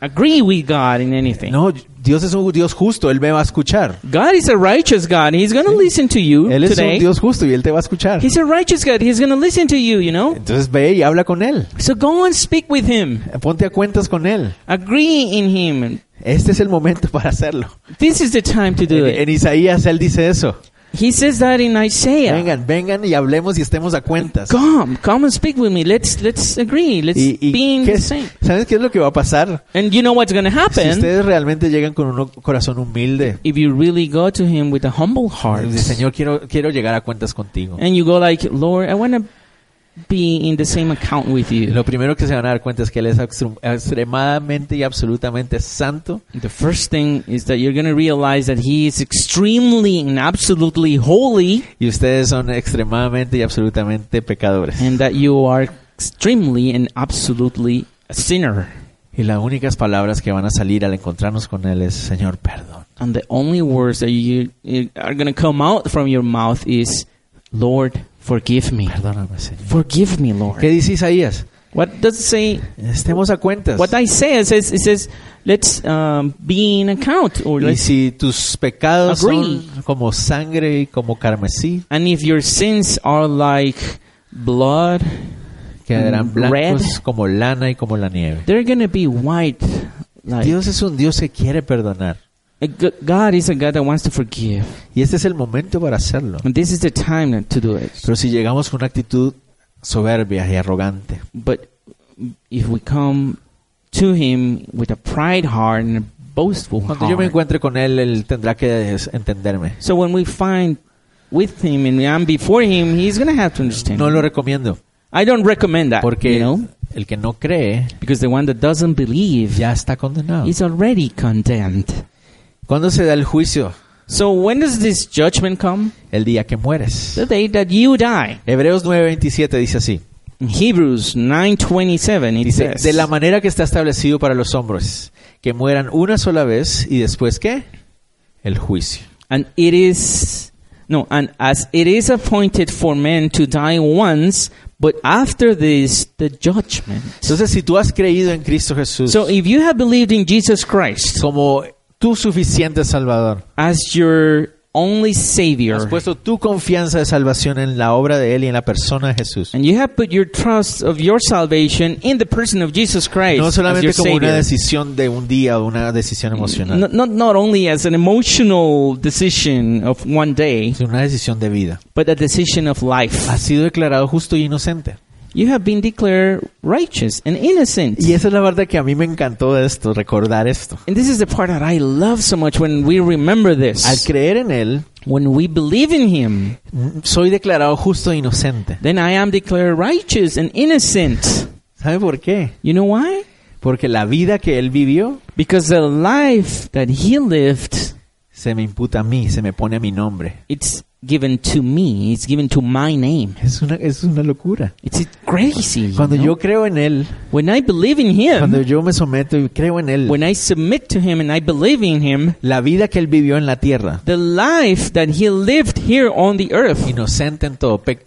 B: agree with God in anything.
A: No, Dios es un Dios justo, Él me va a escuchar.
B: God is a righteous God. He's going to listen to you
A: Él es un
B: today.
A: Dios justo y Él te va a escuchar.
B: He's a righteous God. He's going to listen to you. You know.
A: Entonces ve y habla con Él.
B: So go and speak with Him.
A: Ponte a cuentas con Él.
B: Agree in Him.
A: Este es el momento para hacerlo.
B: This is the time to do
A: En,
B: it.
A: en Isaías Él dice eso.
B: He says that in Isaiah.
A: Vengan, vengan y hablemos y estemos a cuentas.
B: Come, come and speak with me. Let's let's agree. Let's
A: Y, y
B: be in
A: ¿qué-
B: the same.
A: ¿Sabes qué es lo que va a pasar?
B: And you know what's going to
A: Si
B: happen.
A: ustedes realmente llegan con un corazón humilde,
B: if you really go to him with a humble heart
A: dice, Señor, quiero, quiero llegar a cuentas contigo.
B: and you go like lord i want to be in the same account with you
A: Lo primero que se van a dar cuenta es que Él es abstru- extremadamente y absolutamente santo
B: the first thing is that you're going to realize that he is extremely and absolutely holy
A: y ustedes son extremadamente y absolutamente pecadores.
B: and that you are extremely and absolutely a sinner
A: Y las únicas palabras que van a salir al encontrarnos con Él es, Señor, perdón.
B: and the only words that you you are going to come out from your mouth is lord forgive me
A: Perdóname, Señor.
B: forgive me
A: ¿Qué
B: lord
A: dice Isaías?
B: what does it say
A: Estemos a cuentas.
B: what I say is, is, is, is let's um, be in account or
A: Y
B: let's,
A: si tus pecados
B: Agree.
A: son como sangre y como carmesí,
B: and if your sins are like blood,
A: quedarán
B: Mm, red.
A: blancos como lana y como la nieve.
B: they're gonna be white. Like
A: Dios es un Dios que quiere perdonar.
B: A g- God is a God that wants to forgive,
A: Y este es el momento para hacerlo.
B: and this is the time to do it.
A: Pero si llegamos con una actitud soberbia y arrogante,
B: But if we come to Him with a pride heart and a boastful
A: Cuando yo me
B: heart,
A: encuentre con él, él tendrá que des- entenderme.
B: so when we find with Him and I'm before Him, He's gonna have to understand.
A: No lo recomiendo,
B: I don't recommend that,
A: porque
B: Ah, you know,
A: el que no cree
B: because the one that doesn't believe
A: ya está condenado.
B: is already condemned.
A: ¿Cuándo se da el juicio?
B: So when does this judgment come?
A: el día que mueres.
B: The day that you die.
A: Hebreos 9:27 dice así.
B: In Hebrews 9:27 it
A: Dice,
B: says
A: de la manera que está establecido para los hombres, que mueran una sola vez y después qué? El juicio.
B: and it is no and as it is appointed for men to die once but after this the judgment.
A: Entonces, si tú has creído en Cristo Jesús
B: So if you have believed in Jesus Christ
A: como tu suficiente Salvador,
B: as your only
A: has
B: savior
A: puesto tu confianza de salvación en la obra de Él y en la persona de Jesús,
B: and you have put your trust of your salvation in the person of Jesus Christ
A: no
B: as your
A: solamente como una
B: savior.
A: decisión de un día o una decisión emocional,
B: Not, not not only as an emotional decision of one day,
A: es una decisión de vida.
B: but a decision of life.
A: Has sido declarado justo y inocente.
B: You have been declared righteous and innocent.
A: Y esa es la verdad que a mí me encantó de esto, recordar esto.
B: And this is the part that I love so much when we remember
A: Al
B: this.
A: creer en Él,
B: When we believe in Him,
A: soy declarado justo e inocente.
B: then I am declared righteous and innocent.
A: ¿Sabe por qué?
B: You know why?
A: Porque la vida que Él vivió
B: Because the life that He lived,
A: se me imputa a mí, se me pone a mi nombre.
B: it's given to me, it's given to my name.
A: Es una, es una locura.
B: It's crazy. you
A: Cuando
B: know?
A: yo creo en Él,
B: when I believe in
A: cuando
B: Him,
A: yo me someto y creo en Él,
B: when I submit to Him and I believe in Him,
A: la vida que Él vivió en la tierra,
B: the life that He lived here on the earth,
A: inocente en todo, pe-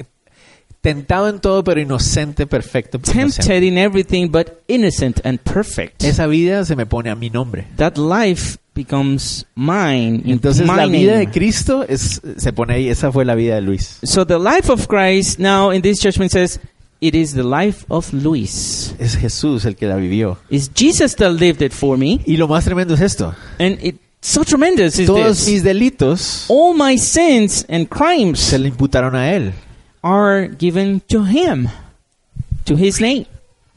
A: tentado en todo, pero inocente, perfecto. pero inocente.
B: tempted in everything but innocent and perfect.
A: Esa vida se me pone a mi nombre.
B: that life becomes mine in
A: Entonces
B: my
A: la vida
B: name.
A: de Cristo es, se pone ahí, esa fue la vida de Luis.
B: so the life of Christ now in this judgment says it is the life of Luis.
A: Es Jesús el que la vivió.
B: It's Jesus that lived it for me,
A: Y lo más tremendo es esto.
B: and it so tremendous is
A: Todos
B: this.
A: mis delitos
B: All my sins and crimes
A: se le imputaron a Él.
B: are given to him, to his name.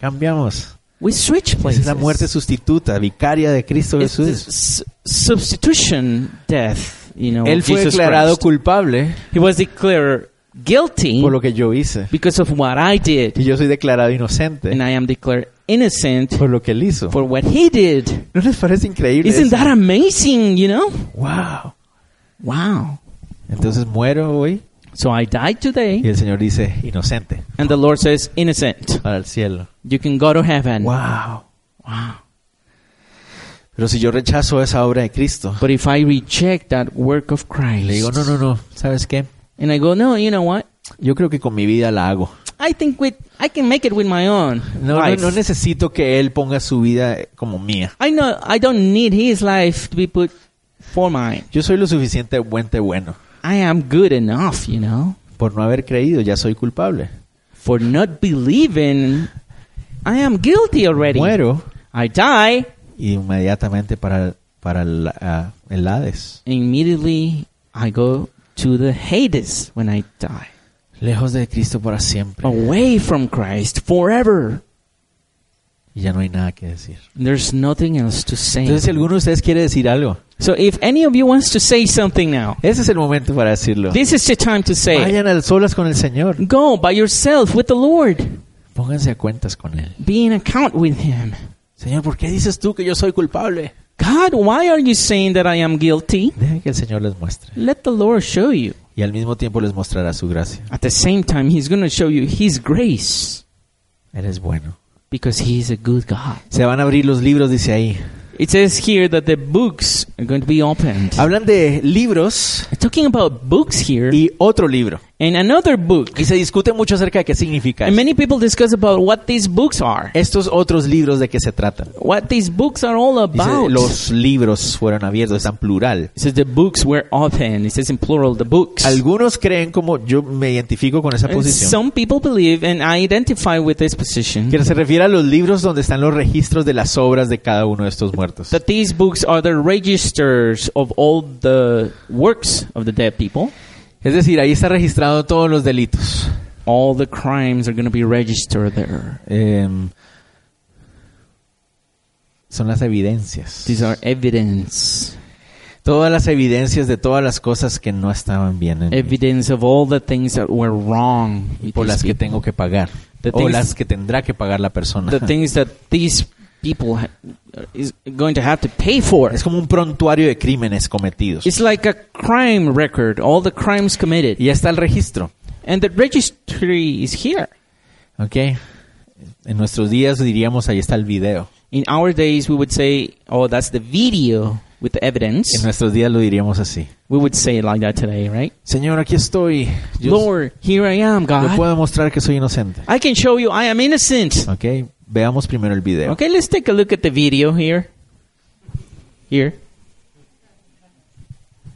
A: Cambiamos.
B: We switch
A: Esa
B: places.
A: es la muerte sustituta, vicaria de Cristo
B: It's
A: Jesús.
B: the s- substitution death. You know,
A: Él fue
B: Jesus
A: declarado
B: Christ.
A: culpable
B: He was declared guilty
A: por lo que yo hice.
B: because of what I did.
A: Y yo soy declarado inocente
B: and I am declared innocent
A: por lo que él hizo.
B: for what he did.
A: ¿No les parece increíble?
B: Isn't
A: eso?
B: that amazing, you know?
A: Wow.
B: Wow.
A: Entonces muero hoy
B: So I died
A: y
B: today,
A: el Señor dice inocente
B: and the Lord says, innocent.
A: para el cielo.
B: You can go to heaven.
A: Wow.
B: Wow.
A: Pero si yo rechazo esa obra de Cristo,
B: But if I reject that work of Christ,
A: le digo, no, no, no, ¿sabes qué?
B: and I go, no, you know what?
A: Yo creo que con mi vida la hago.
B: I think with, I can make it with my own
A: No, no,
B: life.
A: no necesito que Él ponga su vida como mía.
B: I know I don't need his life to be put for mine.
A: Yo soy lo suficiente buente bueno.
B: I am good enough, you know.
A: Por no haber creído, ya soy culpable.
B: For not believing, I am guilty already.
A: Muero
B: I die,
A: y inmediatamente para, para el, ah, el Hades.
B: immediately I go to the Hades when I die.
A: Lejos de Cristo para siempre.
B: Away from Christ forever.
A: Y ya no hay nada que decir.
B: There's nothing else to say.
A: Entonces, si alguno de ustedes quiere decir algo,
B: So if any of you wants to say something now,
A: ese es el momento para decirlo.
B: this is the time to say it.
A: Vayan a solas con el Señor.
B: Go by yourself with the Lord.
A: Pónganse a cuentas con Él.
B: Be in account with Him.
A: Señor, ¿por qué dices tú que yo soy culpable?
B: God, why are you saying that I am guilty?
A: Dejen que el Señor les muestre.
B: Let the Lord show you.
A: Y al mismo tiempo les mostrará su gracia.
B: At the same time, He's going to show you His grace
A: Él es bueno.
B: because He is a good God.
A: Se van a abrir los libros, dice ahí.
B: It says here that the books are going to be opened.
A: Hablan de libros
B: talking about books here
A: y otro libro.
B: and another book
A: Y se discute mucho acerca de qué significa
B: and
A: esto.
B: many people discuss about what these books are
A: estos otros libros de qué se tratan.
B: what these books are all
A: Dice,
B: about
A: los libros fueron abiertos, están plural.
B: it says the books were open it says in plural the books
A: Algunos creen como yo me identifico con esa
B: And
A: posición.
B: some people believe and i identify with this position
A: Que se refiere a los libros donde están los registros de las obras de cada uno de estos muertos.
B: that these books are the registers of all the works of the dead people
A: Es decir, ahí está registrado todos los delitos.
B: all the crimes are going to be registered there
A: Em, son las evidencias.
B: these are evidence
A: Todas las evidencias de todas las cosas que no estaban bien en mí
B: evidence of all the things that were wrong with
A: por
B: these
A: las que
B: people.
A: tengo que pagar
B: The
A: o
B: things-
A: las que tendrá que pagar la persona.
B: the things that these people ha- is going to have to pay for.
A: Es como un prontuario de crímenes cometidos.
B: It's like a crime record, all the crimes committed.
A: Y ya está el registro.
B: And the registry is here.
A: ¿Ok? En nuestros días diríamos ahí está el video.
B: In our days, we would say, oh, that's the video with the
A: En
B: evidence.
A: nuestros días lo diríamos así.
B: We would say it like that today, right?
A: Señor, aquí estoy. Yo,
B: Lord, here I am,
A: yo
B: God.
A: puedo mostrar que soy inocente.
B: I can show you I am innocent.
A: ¿Ok? Veamos primero el video.
B: Okay, let's take a look at the video here. Here.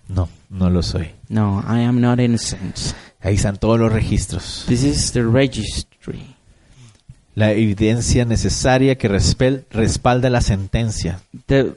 A: No, no lo soy.
B: No, I am not innocent.
A: Ahí están todos los registros.
B: This is the registry.
A: La evidencia necesaria que respel- respalda la sentencia.
B: The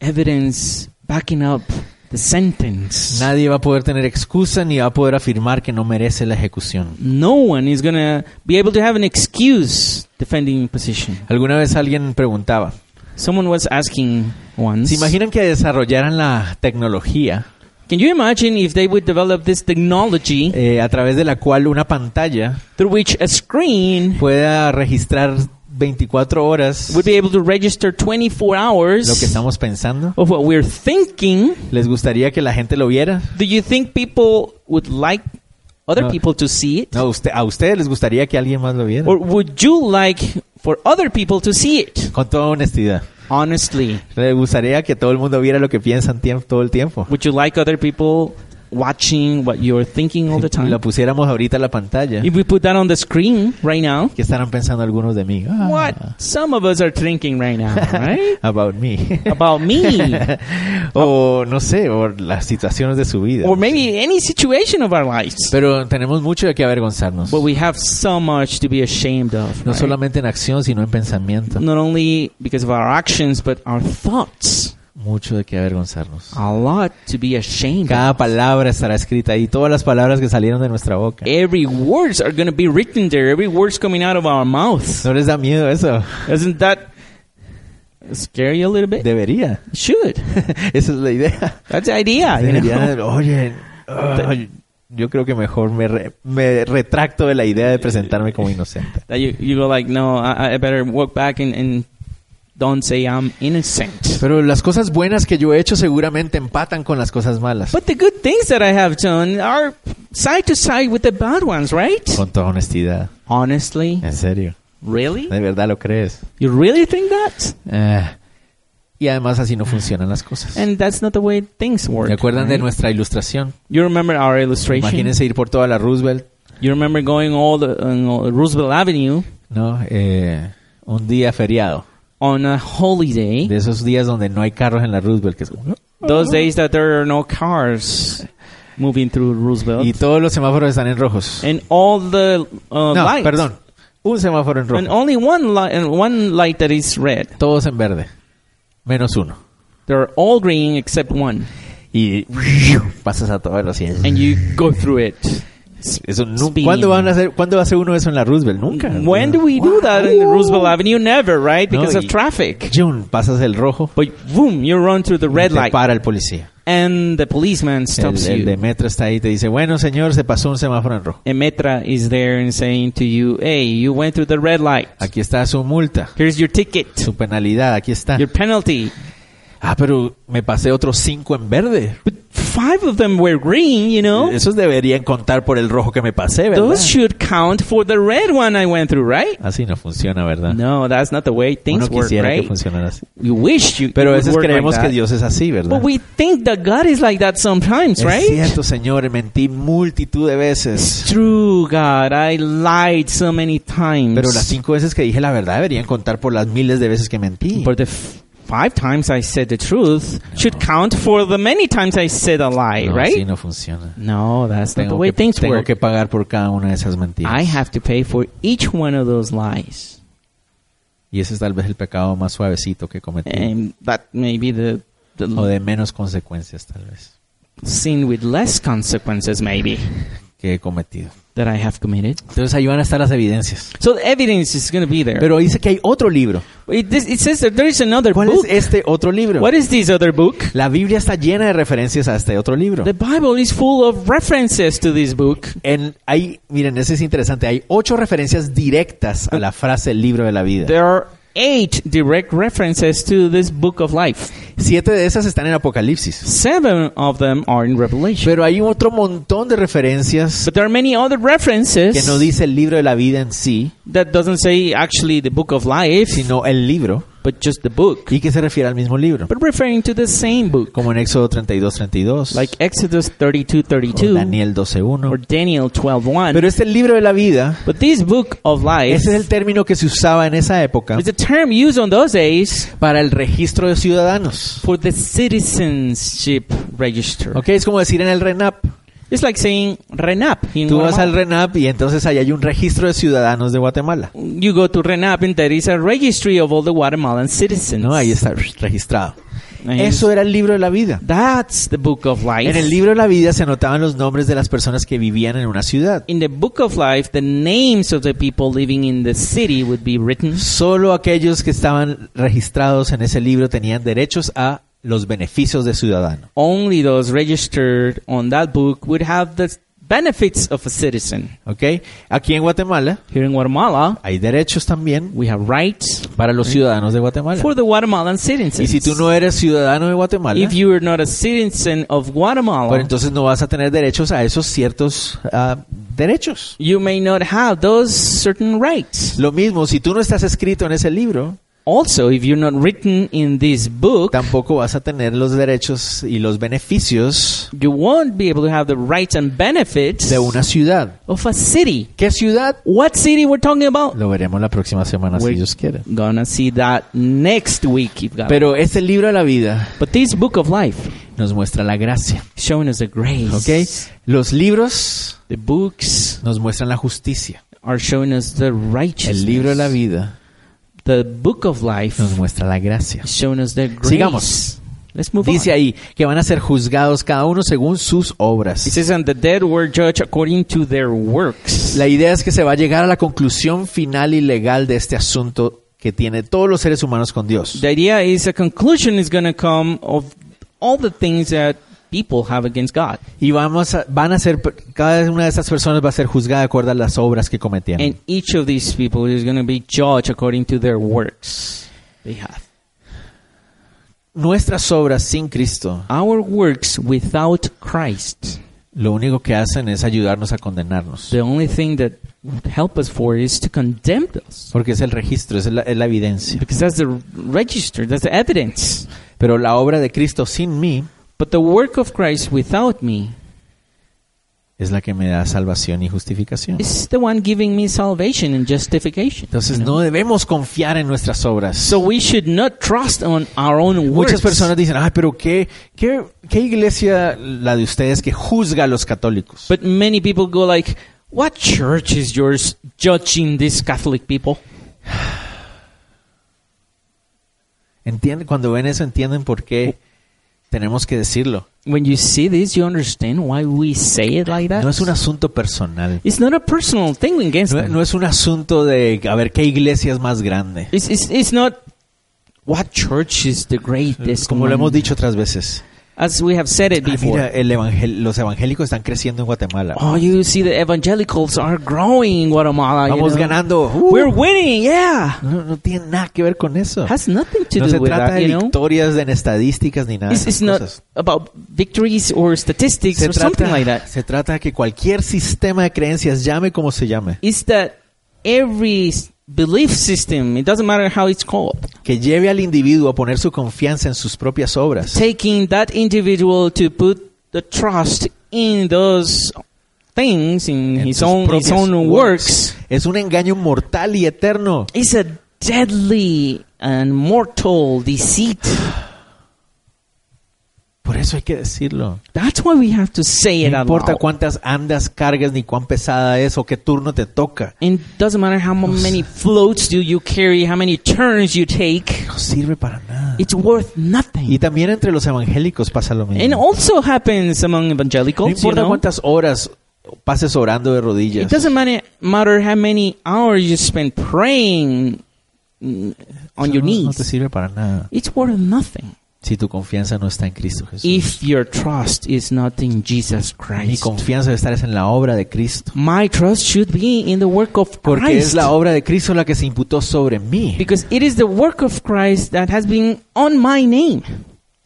B: evidence backing up the sentence.
A: Nadie va a poder tener excusa ni va a poder afirmar que no merece la ejecución.
B: no one is going to be able to have an excuse defending position.
A: Alguna vez alguien preguntaba,
B: Someone was asking once.
A: ¿se imaginan que desarrollaran la tecnología
B: Can you imagine if they would develop this technology
A: eh, a través de la cual una pantalla
B: through which a screen
A: pueda registrar 24 horas
B: would be able to register 24 hours
A: lo que estamos pensando?
B: of what we're thinking?
A: ¿Les gustaría que la gente lo viera?
B: Do you think people would like other
A: No.
B: people to see it?
A: No, usted, ¿A ustedes les gustaría que alguien más lo viera?
B: Or would you like for other people to see it?
A: Con toda honestidad.
B: Honestly,
A: ¿Les gustaría que todo el mundo viera lo que piensan tiemp- todo el tiempo?
B: would you like other people watching what you're thinking all the time?
A: Lo pusiéramos ahorita en la pantalla.
B: If we put that on the screen right now,
A: ¿Qué estarán pensando algunos de mí? Ah,
B: what some of us are thinking right now, right?
A: About me.
B: About me.
A: o no sé, o las situaciones de su vida.
B: Or maybe any situation of our lives.
A: Pero tenemos mucho de qué avergonzarnos.
B: But we have so much to be ashamed of.
A: No
B: right?
A: solamente en acción, sino en pensamiento.
B: Not only because of our actions, but our thoughts.
A: Mucho de qué avergonzarnos.
B: A lot to be ashamed of.
A: Cada palabra estará escrita ahí, todas las palabras que salieron de nuestra boca.
B: Every words are going to be written there. Every words coming out of our mouth.
A: ¿No les da miedo eso?
B: Isn't that scary a little bit?
A: Debería.
B: Should.
A: Esa es la idea.
B: That's the idea. You know?
A: Debería, oye, ay, yo creo que mejor me, re- me retracto de la idea de presentarme como inocente.
B: That you, you go like, no, I, I better walk back and, and don't say I'm innocent.
A: Pero las cosas buenas que yo he hecho seguramente empatan con las cosas malas.
B: But the good things that I have done are side to side with the bad ones, right?
A: Con toda honestidad.
B: Honestly?
A: En serio.
B: Really?
A: ¿De verdad lo crees?
B: You really think that?
A: Ah, y además así no funcionan las cosas.
B: And that's not the way things work.
A: ¿Se acuerdan de
B: right?
A: nuestra ilustración?
B: You remember our illustration?
A: Imagínense ir por toda la Roosevelt.
B: You remember going all the, on all- Roosevelt Avenue
A: No, eh, un día feriado.
B: on a holiday.
A: De esos días donde no hay carros en la Roosevelt. Que es como,
B: Those days that there are no cars moving through Roosevelt.
A: y todos los semáforos están en rojos.
B: and all the uh,
A: No,
B: lights.
A: perdón. Un semáforo en
B: And
A: rojo.
B: only one light and one light that is red.
A: Todos en verde. Menos uno.
B: They're all green except one.
A: Y pasas a toda velocidad.
B: And you go through it.
A: Eso nu-
B: Speed. Mm,
A: ¿Cuándo van a hacer cuándo va a hacer uno eso en la Roosevelt? Nunca.
B: When do we do that in Roosevelt Avenue? Never, right? Because
A: No,
B: of
A: y-
B: traffic.
A: June, pasas el rojo.
B: But boom, you run through the red
A: te
B: light,
A: para el policía.
B: and the policeman
A: El,
B: stops
A: el
B: you.
A: de metro está ahí y te dice, "Bueno, señor, se pasó un semáforo en rojo.
B: Emetra is there and saying to you, "Hey, you went through the red light.
A: Aquí está su multa,
B: Here's your ticket,
A: su penalidad, aquí está."
B: your penalty."
A: Ah, pero me pasé otros cinco en verde.
B: But five of them were green, you know.
A: Esos deberían contar por el rojo que me pasé, ¿verdad?
B: Those should count for the red one I went through, right?
A: Así no funciona, ¿verdad?
B: No, that's not the way
A: Uno
B: things work,
A: quisiera que
B: right?
A: funcionara así.
B: You wish you.
A: Pero a
B: it would
A: veces
B: work like
A: creemos que
B: that.
A: Dios es así, ¿verdad?
B: But we think that God is like that sometimes,
A: es
B: right?
A: cierto, señor, mentí multitud de veces.
B: True, God, I lied so many times.
A: Pero las cinco veces que dije la verdad deberían contar por las miles de veces que mentí.
B: But the f- five times I said the truth should count for the many times I said a lie,
A: no, así
B: right?
A: no funciona.
B: No, that's not the
A: Tengo,
B: way
A: que,
B: things
A: tengo
B: work.
A: que pagar por cada una de esas mentiras.
B: I have to pay for each one of those lies.
A: Y ese es tal vez el pecado más suavecito que cometí.
B: And that may be the, the
A: o de menos consecuencias, tal vez,
B: sin with less consequences, maybe,
A: que he cometido.
B: that I have committed.
A: Entonces ahí van a estar las evidencias.
B: So the evidence is going to be there.
A: Pero dice que hay otro libro.
B: it, this, it says that there is another
A: ¿Cuál es
B: book.
A: este otro libro?
B: What is this other book?
A: La Biblia está llena de referencias a este otro libro.
B: The Bible is full of references to this book.
A: En, hay, miren, ese es interesante. Hay ocho referencias directas a la frase libro de la vida.
B: There are eight direct references to this book of life.
A: Siete de esas están en Apocalipsis.
B: Seven of them are in Revelation.
A: Pero hay otro montón de referencias
B: But there are many other
A: que
B: references
A: no dice el libro de la vida en sí,
B: that doesn't say actually the book of life,
A: sino el libro,
B: but just the book,
A: y que se refiere al mismo libro.
B: but referring to the same book,
A: Como en Éxodo 32, 32,
B: like Exodus 32,
A: o
B: 32,
A: Oh, Daniel 12,
B: or
A: 1.
B: Daniel 12, 1.
A: Pero este libro de la vida,
B: But this book of life
A: ese es el término que se usaba en esa época
B: is a term used on those days
A: para el registro de ciudadanos.
B: for the citizenship register.
A: Ok, es como decir en el RENAP.
B: It's like saying RENAP in
A: Tú vas al
B: Guatemala.
A: RENAP y entonces ahí hay un registro de ciudadanos de Guatemala.
B: You go to RENAP and there is a registry of all the Guatemalan citizens.
A: No, ahí está registrado.
B: Ahí
A: Eso era el libro de la vida.
B: That's the book of life.
A: En el libro de la vida se anotaban los nombres de las personas que vivían en una ciudad.
B: in the book of life, the names of the people living in the city would be written.
A: Solo aquellos que estaban registrados en ese libro tenían derechos a los beneficios de ciudadano.
B: Only those registered on that book would have the benefits of a citizen.
A: ¿Ok? Aquí en Guatemala
B: Here in Guatemala,
A: hay derechos también
B: we have rights
A: para los ciudadanos de Guatemala.
B: for the Guatemalan citizens.
A: Y si tú no eres ciudadano de Guatemala,
B: if you are not a citizen of Guatemala,
A: pues entonces no vas a tener derechos a esos ciertos ah, derechos.
B: you may not have those certain rights.
A: Lo mismo, si tú no estás escrito en ese libro,
B: Also, if you're not written in this book,
A: tampoco vas a tener los derechos y los beneficios
B: you won't be able to have the rights and benefits
A: de una ciudad.
B: of a city.
A: ¿Qué ciudad?
B: What city we're talking about?
A: Lo veremos la próxima semana si
B: We're
A: Dios quiere.
B: gonna see that next week. If God.
A: Pero este libro de la vida
B: but this book of life
A: nos muestra la gracia,
B: showing us the grace.
A: ¿ok? Los libros
B: The books
A: nos muestran la justicia.
B: are showing us the righteousness.
A: El libro de la vida
B: The book of life
A: nos muestra la gracia.
B: is showing us the grace.
A: Sigamos.
B: Let's move
A: Dice
B: on.
A: ahí que van a ser juzgados cada uno según sus
B: It
A: obras.
B: says, and the dead were judged according to their works.
A: La idea es que se va a llegar a la conclusión final y legal de este asunto que tiene todos los seres humanos con Dios.
B: the idea is a conclusion is going to come of all the things that people have against God.
A: Y vamos a- van a ser, cada una de estas personas va a ser juzgada de acuerdo a las obras que cometieron.
B: And each of these people is going to be judged according to their works they have.
A: Nuestras obras sin Cristo,
B: Our works without Christ,
A: lo único que hacen es ayudarnos a condenarnos.
B: the only thing that would help us for is to condemn us.
A: Porque es el registro, es la, es la evidencia.
B: Because that's the register, that's the evidence.
A: Pero la obra de Cristo sin mí
B: But the work of Christ without me
A: es la que me da salvación y justificación.
B: is the one giving me salvation and justification.
A: Entonces no debemos confiar en nuestras obras.
B: So we should not trust on our own works.
A: Muchas personas dicen, ay, pero qué, qué, qué iglesia la de ustedes que juzga a los católicos.
B: But many people go like, "What church is yours judging these Catholic people?"
A: Entienden, cuando ven eso entienden por qué tenemos que decirlo.
B: When you see this, you understand why we say it like that.
A: No es un asunto personal.
B: It's not a personal thing against
A: No,
B: them.
A: no es un asunto de a ver qué iglesia es más grande.
B: It's, it's, it's not what church is the greatest.
A: Como lo
B: one.
A: hemos dicho otras veces.
B: As we have said it
A: Ah,
B: before.
A: mira, el evangel- los evangélicos están creciendo en Guatemala.
B: Oh, you see, the evangelicals are growing in Guatemala. you
A: Vamos
B: know.
A: ganando. Uh,
B: We're winning, yeah.
A: no, no tiene nada que ver con eso.
B: Has nothing to
A: No
B: do
A: se
B: with
A: trata
B: that,
A: de
B: you know.
A: victorias de en estadísticas ni nada. de
B: It's, it's
A: esas
B: not
A: cosas.
B: about victories or statistics
A: se
B: or something
A: trata,
B: like that.
A: se trata de que cualquier sistema de creencias, llame como se llame,
B: is that every s- belief system, it doesn't matter how it's called,
A: que lleve al individuo a poner su confianza en sus propias obras,
B: taking that individual to put the trust in those things, in
A: en
B: his
A: sus
B: own, his
A: propias
B: own works,
A: es un engaño mortal y eterno.
B: is a deadly and mortal deceit.
A: Por eso hay que decirlo.
B: That's why we have to say it
A: No
B: out
A: importa
B: loud.
A: cuántas andas, cargas, ni cuán pesada es o qué turno te toca.
B: And doesn't matter how mo- many floats do you carry, how many turns you take,
A: No sirve para nada.
B: it's worth
A: Y
B: nothing.
A: también entre los evangélicos pasa lo
B: And
A: mismo.
B: also happens among
A: No
B: evangelicals, you
A: importa
B: know.
A: cuántas horas pases orando de rodillas.
B: It doesn't matter, matter how many hours you spend praying mm, on your
A: No, no
B: knees.
A: te sirve para nada.
B: It's worth nothing.
A: si tu confianza no está en Cristo Jesús.
B: if your trust is not in Jesus
A: Mi
B: Christ.
A: confianza debe estar es en la obra de Cristo.
B: My trust should be in the work of
A: Porque es
B: Christ.
A: la obra de Cristo la que se imputó sobre mí.
B: Because it is the work of Christ that has been on my name.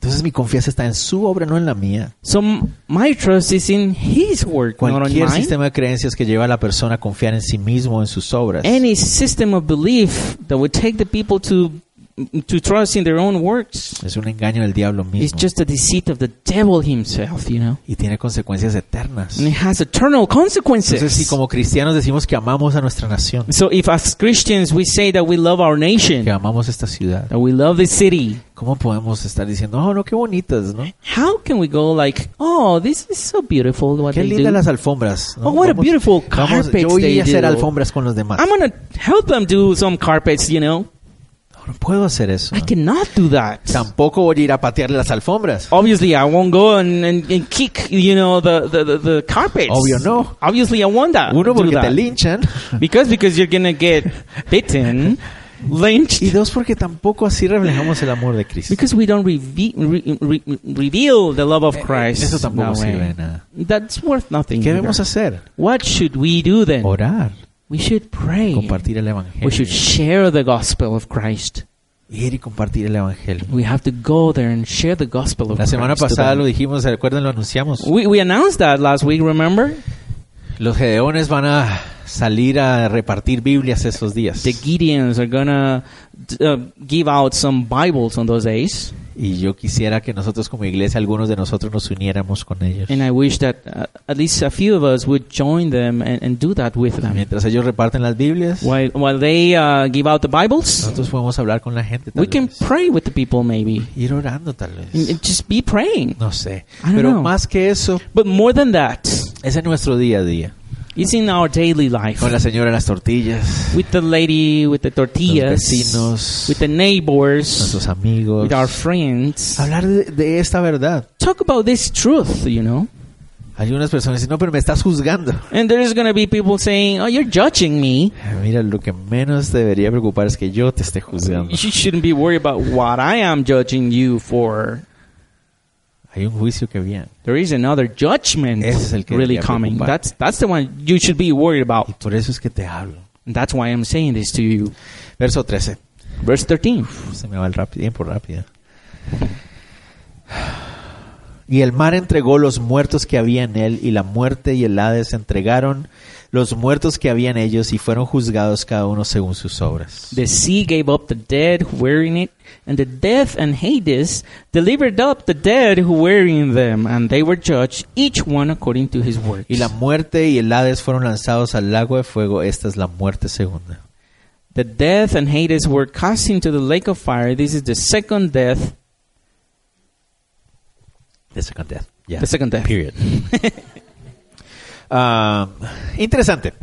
A: Entonces mi confianza está en su obra, no en la mía.
B: So m- my trust is in His work, not on
A: Cualquier
B: mine.
A: sistema de creencias que lleva a la persona a confiar en sí mismo, en sus obras,
B: Any system of belief that would take the people to to trust in their own works
A: es un engaño del diablo
B: is
A: mismo.
B: just a deceit of the devil himself, you know.
A: Y tiene consecuencias eternas.
B: And it has eternal consequences.
A: Entonces si como cristianos decimos que amamos a nuestra nación,
B: So if as Christians we say that we love our
A: que
B: nation,
A: amamos esta ciudad,
B: that we love this city,
A: ¿cómo podemos estar diciendo, oh, no, qué bonitas, ¿no?
B: how can we go like, oh, this is so beautiful what
A: Qué
B: they do.
A: lindas las alfombras. ¿no?
B: Oh, what a beautiful
A: vamos,
B: carpets
A: yo voy
B: they
A: a hacer
B: do.
A: alfombras con los demás.
B: I'm gonna help them do some carpets, you know.
A: No, no puedo hacer eso.
B: I cannot do that.
A: Tampoco voy a ir a patearle las alfombras.
B: Obviously, I won't go and, and, and kick, you know, the, the, the, the carpets.
A: Obvio Oh, no.
B: Obviously, I won't that,
A: Uno,
B: do
A: porque te
B: that.
A: linchan.
B: Because, because you're gonna get bitten, lynched.
A: Y dos, porque tampoco así reflejamos el amor de Cristo.
B: Because we don't reve- re- re- reveal the love of Christ.
A: Eh, Eso tampoco
B: that way.
A: sirve de nada.
B: That's worth nothing.
A: ¿Qué
B: either.
A: debemos hacer?
B: What should we do then?
A: Orar,
B: We should pray.
A: compartir el
B: We
A: Evangelio.
B: should share the gospel of Christ.
A: Ir y compartir el Evangelio.
B: We have to go there and share the gospel of
A: La semana
B: Christ. to
A: pasada
B: them.
A: lo dijimos, ¿se recuerdan? Lo anunciamos.
B: We, we announced that last week, remember?
A: Los gedeones van a salir a repartir Biblias esos días.
B: The Gideons are gonna d- uh, give out some Bibles on those days,
A: Y yo quisiera que nosotros como iglesia, algunos de nosotros nos uniéramos con ellos.
B: and I wish that uh, at least a few of us would join them and, and do that with them.
A: Mientras ellos reparten las Biblias,
B: While while they uh, give out the Bibles,
A: nosotros podemos hablar con la gente. Tal
B: we can
A: vez.
B: pray with the people maybe,
A: Ir orando tal
B: and,
A: vez.
B: and just be praying.
A: No sé.
B: I don't
A: Pero
B: know.
A: más que eso,
B: But more than that,
A: es en nuestro día a día.
B: it's in our daily life
A: Con la señora de las tortillas,
B: with the lady, with the
A: los
B: tortillas,
A: vecinos,
B: with the neighbors,
A: nuestros amigos.
B: with our friends.
A: Hablar de, de esta verdad.
B: Talk about this truth, you know.
A: Algunas personas dicen, no, pero me estás juzgando.
B: And there's gonna be people saying, "Oh, you're judging me."
A: Mira, lo que menos te debería preocupar es que yo te esté juzgando.
B: You shouldn't be worried about what I am judging you for.
A: Hay un juicio que viene.
B: There is another judgment
A: Ese es el que
B: really
A: debería
B: coming.
A: preocuparte.
B: That's that's the one you should be worried about.
A: Y por eso es que te hablo.
B: And that's why I'm saying this to you.
A: Verso 13.
B: Verse 13.
A: Uf, se me va el rápido, tiempo rápido. Y el mar entregó los muertos que había en él, y la muerte y el Hades entregaron los muertos que había en ellos, y fueron juzgados cada uno según sus obras.
B: The sea gave up the dead who were in it, and the death and Hades delivered up the dead who were in them, and they were judged, each one according to his works.
A: Y la muerte y el Hades fueron lanzados al lago de fuego. Esta es la muerte segunda.
B: The death and Hades were cast into the lake of fire. This is the second death.
A: The second death. Yeah.
B: The second death.
A: Period. Ah, interesante.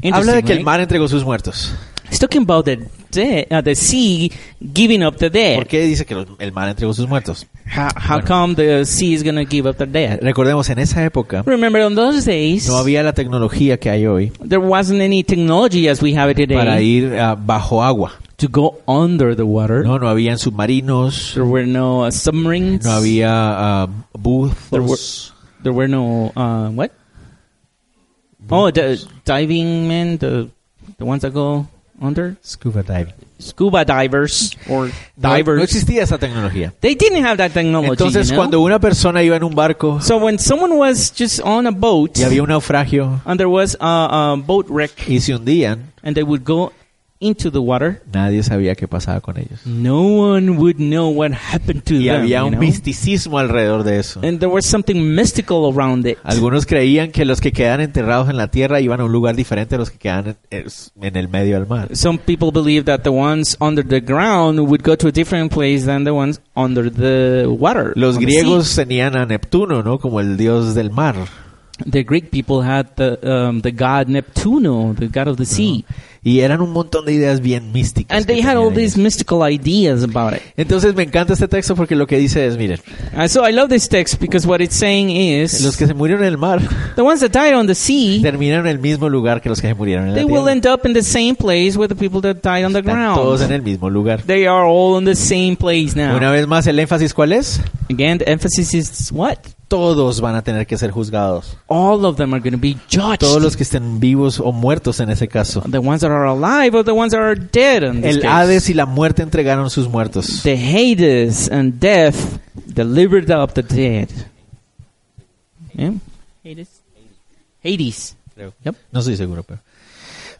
B: Interesting,
A: Habla de que el
B: right?
A: mar entregó sus muertos.
B: It's talking about the de- uh, the sea giving up the
A: ¿Por
B: dead.
A: qué dice que lo- el mar entregó sus muertos?
B: How, how
A: Bueno.
B: come the sea is going to give up the dead?
A: Recordemos, en esa época
B: Remember, on those days,
A: no había la tecnología que hay hoy
B: there wasn't any technology as we have it
A: para
B: today
A: ir ah, bajo agua.
B: to go under the water.
A: No, no habían submarinos,
B: There were no uh, submarines.
A: no había ah,
B: There were-
A: buzos,
B: There were no uh, what? Oh, the diving men, the the ones that go under
A: scuba diving.
B: scuba divers or
A: No,
B: divers.
A: no existía esa tecnología.
B: They didn't have that technology.
A: Entonces,
B: you know?
A: cuando una persona iba en un barco
B: so when someone was just on a boat
A: y había un naufragio
B: and there was a, a boat wreck
A: y se hundían,
B: and they would go into the water,
A: nadie sabía qué pasaba con ellos.
B: no one would know what happened to
A: Y
B: them.
A: había
B: you
A: un
B: know?
A: misticismo alrededor de eso.
B: And there was something mystical around it.
A: Algunos creían que los que quedan enterrados en la tierra iban a un lugar diferente a los que quedan en- es- en el medio del mar.
B: Some people believe that the ones under the ground would go to a different place than the ones under the water.
A: Los
B: on the sea.
A: griegos tenían a Neptuno, ¿no? Como el dios del mar.
B: The Greek people had the um, the god Neptuno, the god of the sea,
A: Y eran un montón de ideas bien místicas.
B: and
A: que
B: they had all
A: tenían
B: these
A: ellos.
B: mystical ideas about it.
A: Entonces me encanta este texto porque lo que dice es, miren,
B: And so I love this text because what it's saying is
A: los que se murieron en el mar
B: the ones that died on the sea,
A: terminaron en el mismo lugar que los que se murieron en la
B: they will
A: tierra.
B: end up in the same place where the people that died on the
A: Están todos en
B: ground.
A: el mismo lugar.
B: They are all in the same place
A: Una
B: now.
A: vez más, el énfasis cuál es?
B: Again, the emphasis is what?
A: Todos van a tener que ser juzgados.
B: All of them are going to be judged.
A: Todos los que estén vivos o muertos en ese caso.
B: The ones that are alive or the ones that are dead. In this
A: El
B: case.
A: Hades y la muerte entregaron sus muertos.
B: The Hades and death delivered up the dead. Yeah? Hades? Hades. Yep.
A: No estoy seguro, pero.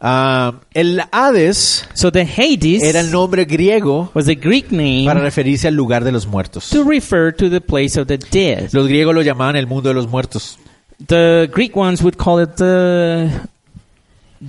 A: Ah, el Hades
B: So the Hades
A: era el nombre griego
B: was a Greek name
A: para referirse al lugar de los muertos.
B: to refer to the place of the dead.
A: Los griegos lo llamaban el mundo de los muertos.
B: The Greek ones would call it the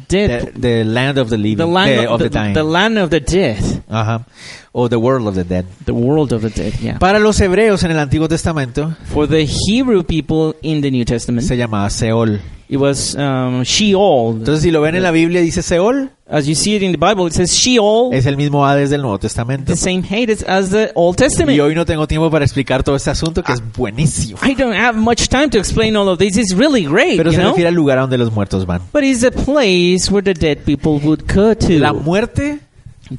A: The,
B: dead.
A: the land of the living.
B: Eh, The land
A: the-
B: of, the,
A: the dying.
B: the land of the dead.
A: Ajá. O the world of the dead.
B: The world of the dead, yeah.
A: Para los hebreos en el Antiguo Testamento
B: For the Hebrew people in the New Testament,
A: se llamaba Seol.
B: it was um, Sheol.
A: Entonces, si lo ven en la Biblia, dice Seol.
B: As you see it in the Bible, it says Sheol,
A: Es el mismo Hades del Nuevo Testamento.
B: the same Hades as the
A: Y
B: Old Testament.
A: hoy no tengo tiempo para explicar todo este asunto que es buenísimo.
B: I don't have much time to explain all of this. It's really great,
A: Pero
B: you
A: se
B: know?
A: refiere al lugar a donde los muertos van.
B: But it's a place where the dead people would go
A: La
B: to.
A: muerte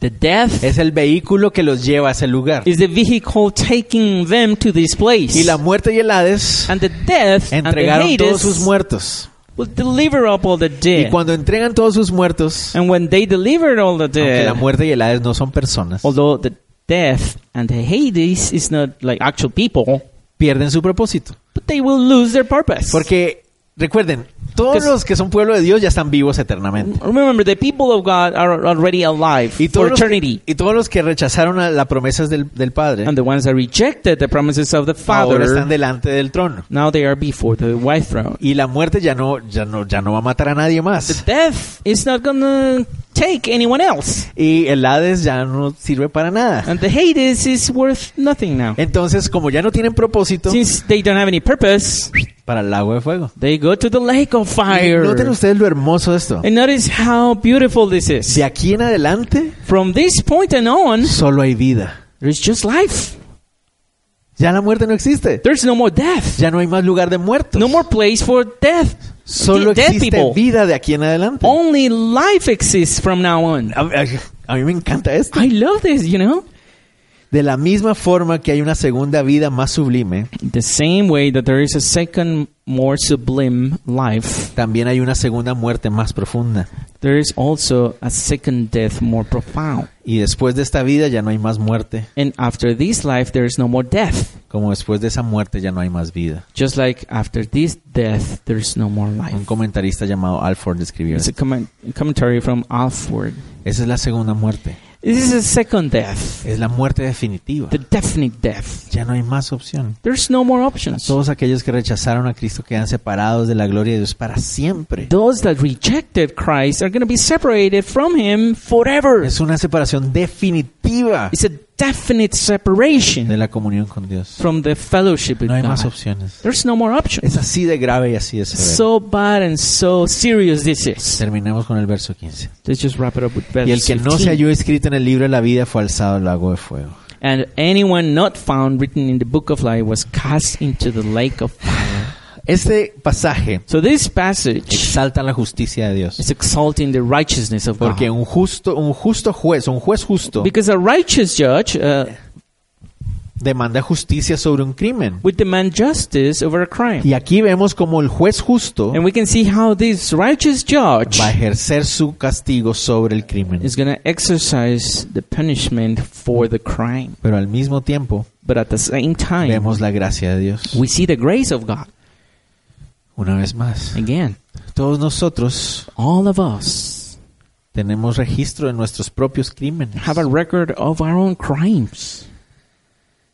B: The death
A: es el vehículo que los lleva a ese lugar.
B: is the vehicle taking them to this place.
A: Y la muerte y el Hades
B: And the death and the
A: entregaron todos sus
B: Hades
A: muertos.
B: will deliver up all the
A: Y
B: dead.
A: cuando entregan todos sus muertos,
B: And when they delivered all the
A: aunque la
B: dead,
A: muerte y el Hades no son personas,
B: although the death and the Hades is not like actual people,
A: pierden su propósito.
B: but they will lose their purpose.
A: Porque, recuerden, todos
B: Because-
A: los que son pueblo de Dios ya están vivos eternamente.
B: Remember, the people of God are already alive
A: Y
B: for
A: todos, los,
B: eternity.
A: y todos los que rechazaron a las promesas del, del Padre,
B: And the ones that rejected the promises of the
A: ahora
B: Father,
A: están delante del trono.
B: now they are before the white throne.
A: Y la muerte ya no, ya no, ya no va a matar a nadie
B: The
A: más.
B: death is not gonna take anyone else.
A: Y el Hades ya no sirve para nada.
B: And the Hades is worth nothing now.
A: Entonces, como ya no tienen propósito,
B: Since they don't have any purpose,
A: para el lago de fuego.
B: they go to the lake of
A: Y
B: fire.
A: Noten ustedes lo hermoso de esto.
B: And notice how beautiful this is.
A: De aquí en adelante,
B: From this point and on,
A: solo hay vida.
B: there's just life.
A: Ya la muerte no existe.
B: There's no more death.
A: Ya no hay más lugar de muertos.
B: No more place for death.
A: Solo
B: dead
A: existe
B: people. Oh.
A: vida de aquí en adelante.
B: Only life exists from now on.
A: A, a- a mí me encanta esto.
B: I love this, you know?
A: De la misma forma que hay una segunda vida más sublime,
B: The same way that there is a second, more sublime life,
A: también hay una segunda muerte más profunda.
B: there is also a second death more profound.
A: Y después de esta vida ya no hay más muerte,
B: And after this life, there is no more death.
A: como después de esa muerte ya no hay más vida.
B: Just like after this death, there is no more
A: Un
B: life.
A: comentarista llamado Alford describió
B: It's a
A: esto.
B: comment- commentary from Alford.
A: Esa es la segunda muerte.
B: This is a second death,
A: Es la muerte definitiva.
B: the definite death.
A: Ya no hay más opción.
B: There's no more options.
A: Todos aquellos que rechazaron a Cristo quedan separados de la gloria de Dios para siempre.
B: Those that rejected Christ are going to be separated from Him forever.
A: Es una separación definitiva
B: It's a definite separation.
A: de la comunión con Dios.
B: from the fellowship with
A: No hay
B: God.
A: más opciones.
B: There's no more option.
A: Es así de grave y así de severo.
B: So bad and so serious this is.
A: Terminemos con el verso 15.
B: Let's just wrap it up with verse
A: Y el que no
B: 15.
A: se halló escrito en el libro de la vida fue alzado al lago de fuego.
B: And anyone not found written in the book of life was cast into the lake of fire.
A: Este pasaje
B: So this passage
A: exalta la justicia de Dios.
B: is exalting the righteousness of
A: Porque
B: God.
A: un justo, un justo juez, un juez justo,
B: Because a righteous judge uh,
A: demanda justicia sobre un crimen.
B: would demand justice over a crime.
A: Y aquí vemos como el juez justo
B: And we can see how this righteous judge
A: va a ejercer su castigo sobre el crimen.
B: is going to exercise the punishment for the crime.
A: Pero al mismo tiempo
B: But at the same time,
A: vemos la gracia de Dios.
B: we see the grace of God.
A: Una vez más,
B: Again,
A: todos nosotros
B: all of us
A: tenemos registro de nuestros propios crímenes.
B: have a record of our own crimes.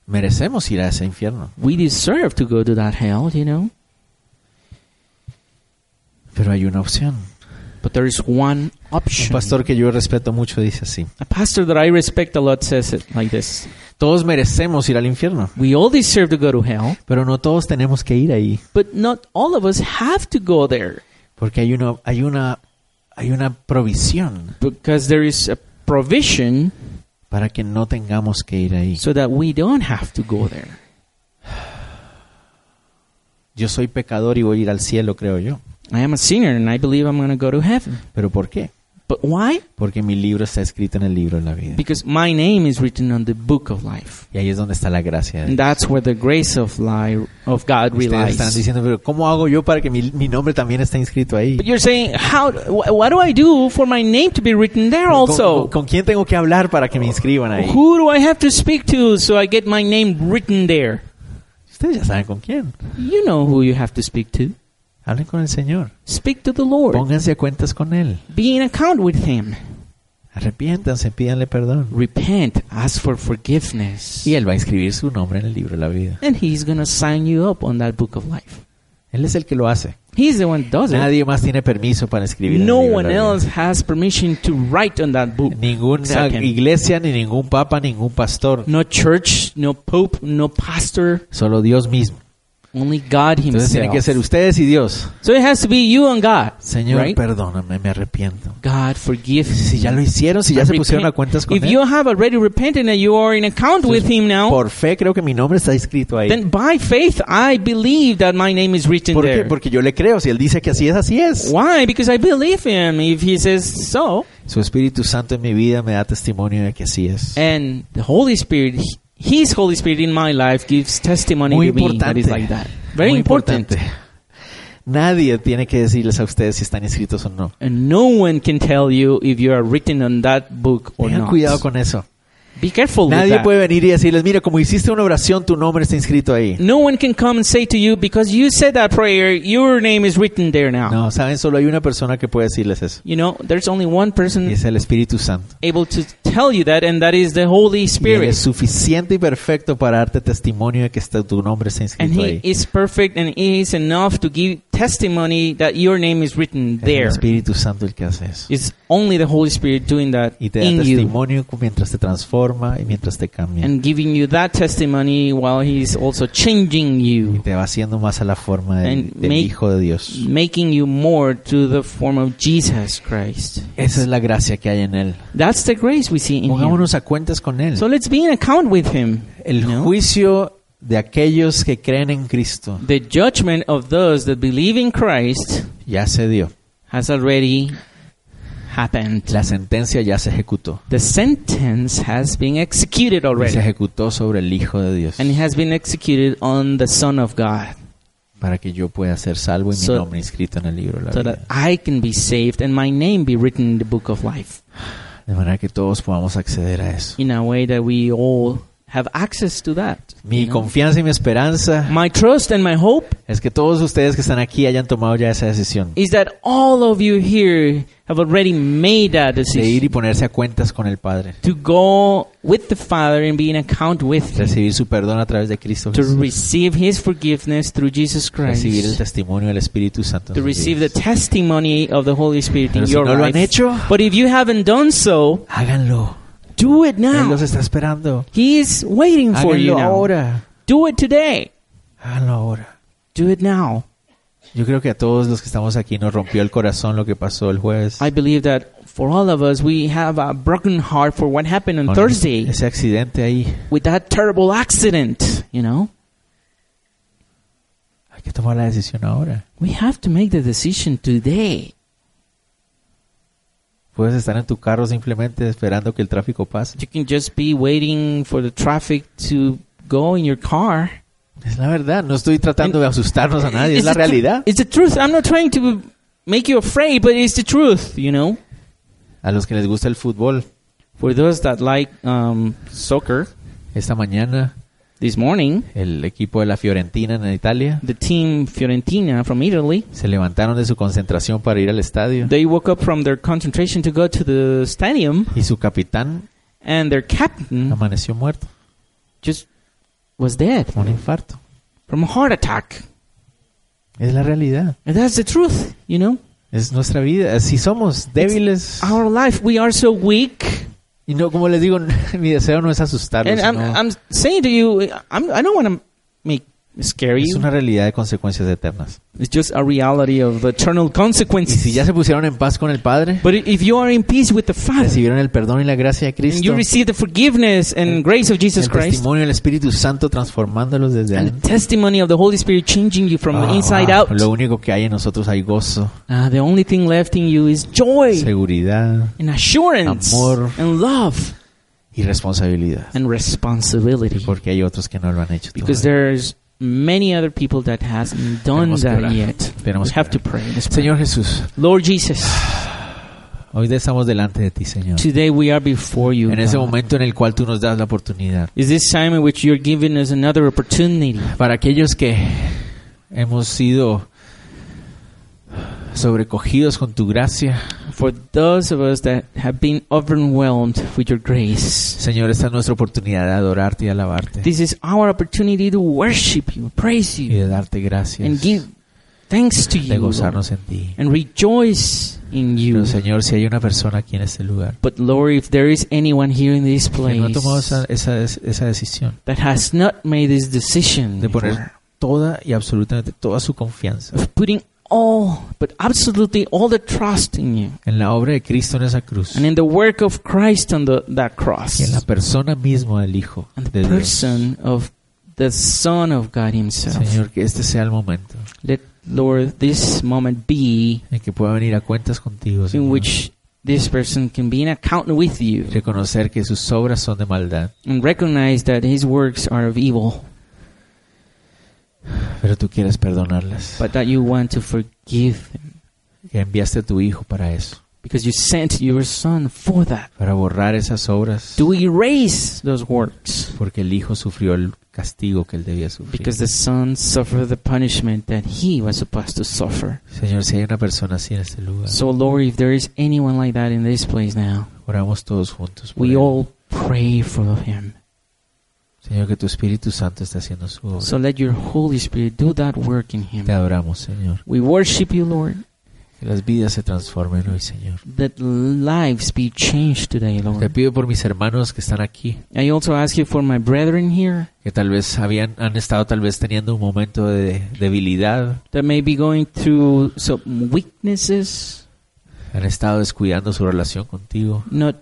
A: Merecemos ir a ese infierno.
B: We deserve to go to that hell, you know?
A: Pero hay una opción.
B: But there is one
A: Un
B: option.
A: pastor que yo respeto mucho dice así.
B: A pastor that I respect a lot says it like this
A: Todos merecemos ir al infierno,
B: We all deserve to go to hell,
A: pero no todos tenemos que ir ahí,
B: but not all of us have to go there
A: porque hay una, hay una, hay una provisión
B: because there is a provision
A: para que no tengamos que ir ahí.
B: so that we don't have to go there.
A: Yo soy pecador y voy a ir al cielo, creo yo.
B: I am a sinner and I believe I'm going to go to heaven.
A: ¿Pero por qué?
B: But why?
A: Porque mi libro está escrito en el libro de la vida.
B: Because my name is written on the book of life.
A: Y ahí es donde está la gracia. de
B: And
A: Dios.
B: that's where the grace of life of God
A: Ustedes están
B: relies.
A: diciendo, pero ¿cómo hago yo para que mi, mi nombre también esté inscrito ahí?
B: But you're saying, how? Wh- what do I do for my name to be written there
A: ¿Con-
B: also?
A: con, con quién tengo que hablar para que me inscriban ahí?
B: Who do I have to speak to so I get my name written there?
A: Ustedes ya saben con quién.
B: You know who you have to speak to.
A: Hablen con el Señor.
B: Speak to the Lord.
A: Pónganse a cuentas con Él.
B: Be in account with Him.
A: Arrepiéntanse, pídanle perdón.
B: Repent. Ask for forgiveness.
A: Y Él va a inscribir su nombre en el libro de la vida.
B: And He's going to sign you up on that book of life.
A: Él es el que lo hace.
B: He's the one that does it.
A: Nadie más tiene permiso para escribir. en el
B: No
A: libro de la
B: one
A: vida.
B: else has permission to write on that book.
A: Ninguna
B: Except him.
A: iglesia, ni ningún papa, ningún pastor.
B: No church, no pope, no pastor,
A: Solo Dios mismo.
B: only God
A: Entonces tienen
B: Himself.
A: que ser ustedes y Dios.
B: So it has to be you and God.
A: Señor,
B: right?
A: perdóname, me arrepiento.
B: God forgive.
A: Si ya lo hicieron, si ya se pusieron a cuentas con
B: If
A: Él.
B: you have already repented and you are in account with Him now,
A: Por fe creo que mi nombre está escrito ahí.
B: then by faith I believe that my name is written
A: ¿Por qué?
B: there.
A: Porque yo le creo. Si Él dice que así es, así es.
B: Why? Because I believe Him. If He says so,
A: Su Espíritu Santo en mi vida me da testimonio de que así es.
B: and the Holy Spirit, His Holy Spirit in my life gives testimony
A: Muy
B: to me that
A: importante.
B: is like that. Very
A: Muy
B: important.
A: importante. Nadie tiene que decirles a ustedes si están inscritos o no.
B: And no one can tell you if you are written on that book or
A: Tengan
B: not.
A: cuidado con eso.
B: Be careful with
A: Nadie
B: that.
A: puede venir y decirles, mira, como hiciste una oración, tu nombre está inscrito ahí.
B: No one can come and say to you, because you said that prayer, your name is written there now.
A: No, saben, solo hay una persona que puede decirles eso.
B: You know, there's only one person
A: Y es el Espíritu Santo.
B: able to tell you that, and that is the Holy
A: Y él es
B: Spirit.
A: suficiente y perfecto para darte testimonio de que está- tu nombre está
B: And
A: inscrito
B: He
A: ahí.
B: is perfect and He is enough to give testimony that your name is written
A: Es el
B: there.
A: Espíritu Santo el que hace eso.
B: It's only the Holy Spirit doing that
A: Y te da
B: in you
A: testimonio mientras te transforma y mientras te cambia.
B: and giving you that testimony while He's also changing
A: Y
B: you,
A: te va haciendo más a la forma del,
B: And
A: del
B: make-
A: Hijo de Dios.
B: making you more to the form of Jesus Christ.
A: Esa es la gracia que hay en Él.
B: That's the grace we see in Him.
A: Pongámonos a cuentas con Él.
B: So let's be in account with Him.
A: El
B: you know?
A: juicio de aquellos que creen en Cristo
B: The judgment of those that believe in Christ
A: ya se dio.
B: has already happened.
A: La sentencia ya se ejecutó.
B: The sentence has been executed
A: Y se
B: already.
A: ejecutó sobre el Hijo de Dios.
B: And it has been executed on the Son of God.
A: Para que yo pueda ser salvo y mi
B: So-
A: nombre inscrito en el libro de la
B: So
A: vida.
B: that I can be saved and my name be written in the book of life.
A: De manera que todos podamos acceder a eso.
B: In a way that we all have access to that.
A: Mi
B: you know?
A: confianza y mi esperanza
B: My trust and my hope
A: es que todos ustedes que están aquí hayan tomado ya esa decisión
B: is that all of you here have already made that
A: de ir
B: decision
A: y ponerse a cuentas con el Padre.
B: to go with the Father and be in account with Him.
A: Recibir su perdón a través de Cristo
B: to
A: Jesús.
B: receive his forgiveness through Jesus Christ.
A: Recibir el testimonio del Espíritu Santo. en
B: to
A: sus
B: receive the
A: vidas.
B: testimony of the Holy Spirit in
A: Pero si
B: your
A: no lo
B: life.
A: han hecho,
B: But if you haven't done so,
A: háganlo.
B: do it
A: Él
B: now.
A: los está esperando.
B: He is waiting for you
A: Háganlo
B: now.
A: ahora.
B: Do it today.
A: Háganlo ahora.
B: Do it now.
A: Yo creo que a todos los que estamos aquí nos rompió el corazón lo que pasó el jueves.
B: I believe that for all of us, we have a broken heart for what happened on
A: Con
B: Thursday
A: Ese accidente ahí.
B: with that terrible accident. You know,
A: Hay que tomar la decisión ahora.
B: we have to make the decision today.
A: Puedes estar en tu carro simplemente esperando que el tráfico pase.
B: You can just be waiting for the traffic to go in your car.
A: Es la verdad, no estoy tratando de asustarnos a nadie, es la
B: the tru-
A: realidad.
B: It's the truth. I'm not trying to make you afraid, but it's the truth, you know?
A: A los que les gusta el fútbol,
B: For those that like um, soccer,
A: esta mañana
B: this morning,
A: el equipo de la Fiorentina en Italia
B: the team Fiorentina from Italy,
A: se levantaron de su concentración para ir al estadio
B: they woke up from their concentration to go to the stadium,
A: y su capitán
B: and their captain
A: amaneció muerto,
B: just was dead
A: con un infarto.
B: from a heart attack.
A: Es la realidad,
B: And that's the truth, you know? Ah.
A: es nuestra vida, así somos débiles
B: Our life, we are so weak.
A: Y no, como les digo, mi deseo no es asustarlos.
B: And I'm,
A: sino
B: I'm saying to you, I'm, I don't want to make scare
A: es
B: you.
A: una realidad de consecuencias eternas.
B: It's just a reality of the eternal
A: Y si
B: consequences.
A: ya se pusieron en paz con el Padre,
B: But if you are in peace with the Father,
A: recibieron el perdón y la gracia de
B: Pues, and you
A: Cristo,
B: receive the forgiveness and grace of Jesus
A: el
B: Christ,
A: testimonio del Espíritu Santo transformándolos desde
B: and
A: adentro.
B: the testimony of the Holy Spirit changing you from the
A: Ah,
B: inside
A: wow.
B: out,
A: Lo único que hay en nosotros hay gozo,
B: ah, the only thing left in you is joy
A: seguridad
B: and assurance
A: Amor.
B: and love
A: y responsabilidad.
B: and responsibility.
A: Porque hay otros que no lo han hecho.
B: Because
A: todavía.
B: there's many other people that hasn't done
A: Tenemos que
B: that
A: orar.
B: yet.
A: Tenemos
B: we
A: que
B: have
A: orar.
B: to pray. Let's pray.
A: Señor Jesús,
B: Lord Jesus,
A: hoy estamos delante de ti, Señor.
B: today we are before you.
A: En ese
B: God.
A: momento en el cual tú nos das la oportunidad.
B: Is this time in which you're giving us another opportunity?
A: Para aquellos que hemos sido sobrecogidos con tu gracia,
B: For those of us that have been overwhelmed with your grace,
A: Señor, esta es nuestra oportunidad de adorarte y alabarte
B: this is our opportunity to worship you, praise
A: y
B: you,
A: de darte
B: and
A: gracias,
B: give thanks to
A: de
B: you, Lord,
A: gozarnos en ti.
B: and rejoice in you.
A: Pero, Señor, si hay una persona aquí en este lugar
B: But Lord, if there is anyone here in this
A: que no ha tomado
B: place
A: esa, esa, esa decisión
B: that has not made this decision
A: de poner
B: before,
A: toda y absolutamente toda su confianza
B: of putting all, but absolutely all the trust in you,
A: en la obra de Cristo en esa cruz
B: and in the work of Christ on the, that
A: y en la
B: cross,
A: persona misma del Hijo
B: and
A: de
B: the
A: Dios.
B: person of the Son of God Himself.
A: Señor, que este sea el momento
B: Let, Lord, this moment be
A: en que pueda venir a cuentas contigo,
B: in
A: Señor.
B: which this person can be an accountant with you
A: y reconocer que sus obras son de maldad,
B: and recognize that his works are of evil,
A: pero tú quieres perdonarlas.
B: but that you want to forgive him
A: Que enviaste a tu Hijo para eso,
B: because you sent your Son for that.
A: para borrar esas obras,
B: To erase those works
A: porque el Hijo sufrió el castigo que él debía sufrir.
B: because the Son suffered the punishment that he was supposed to suffer.
A: Señor, si hay una persona así en este lugar,
B: So, Lord, if there is anyone like that in this place now,
A: oramos todos juntos. por
B: we
A: él.
B: all pray for him.
A: Señor, que tu Espíritu Santo está haciendo su obra.
B: So let your Holy Spirit do that work in
A: Te
B: him.
A: adoramos, Señor.
B: We worship you, Lord.
A: Que las vidas se transformen hoy, Señor.
B: that lives be changed today,
A: Te
B: Lord.
A: pido por mis hermanos que están aquí,
B: I also ask you for my brethren here
A: que tal vez habían, han estado tal vez teniendo un momento de debilidad,
B: that may be going through some weaknesses,
A: han estado descuidando su relación contigo.
B: not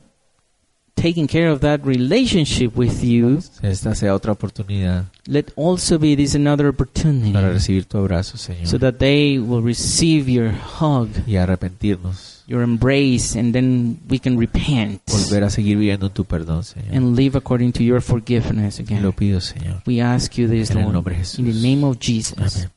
B: taking care of that relationship with you.
A: Esta sea otra oportunidad
B: Let also be this another
A: para
B: opportunity
A: recibir tu abrazo,
B: so
A: Señor,
B: that they will receive your hug,
A: y arrepentirnos,
B: your embrace, and then we can repent
A: volver a seguir viviendo en tu perdón, Señor.
B: and live according to your forgiveness
A: Lo
B: again.
A: pido, Señor,
B: We ask you this,
A: en el
B: Lord,
A: nombre de
B: in the
A: Jesús.
B: name of Jesus.
A: Amén.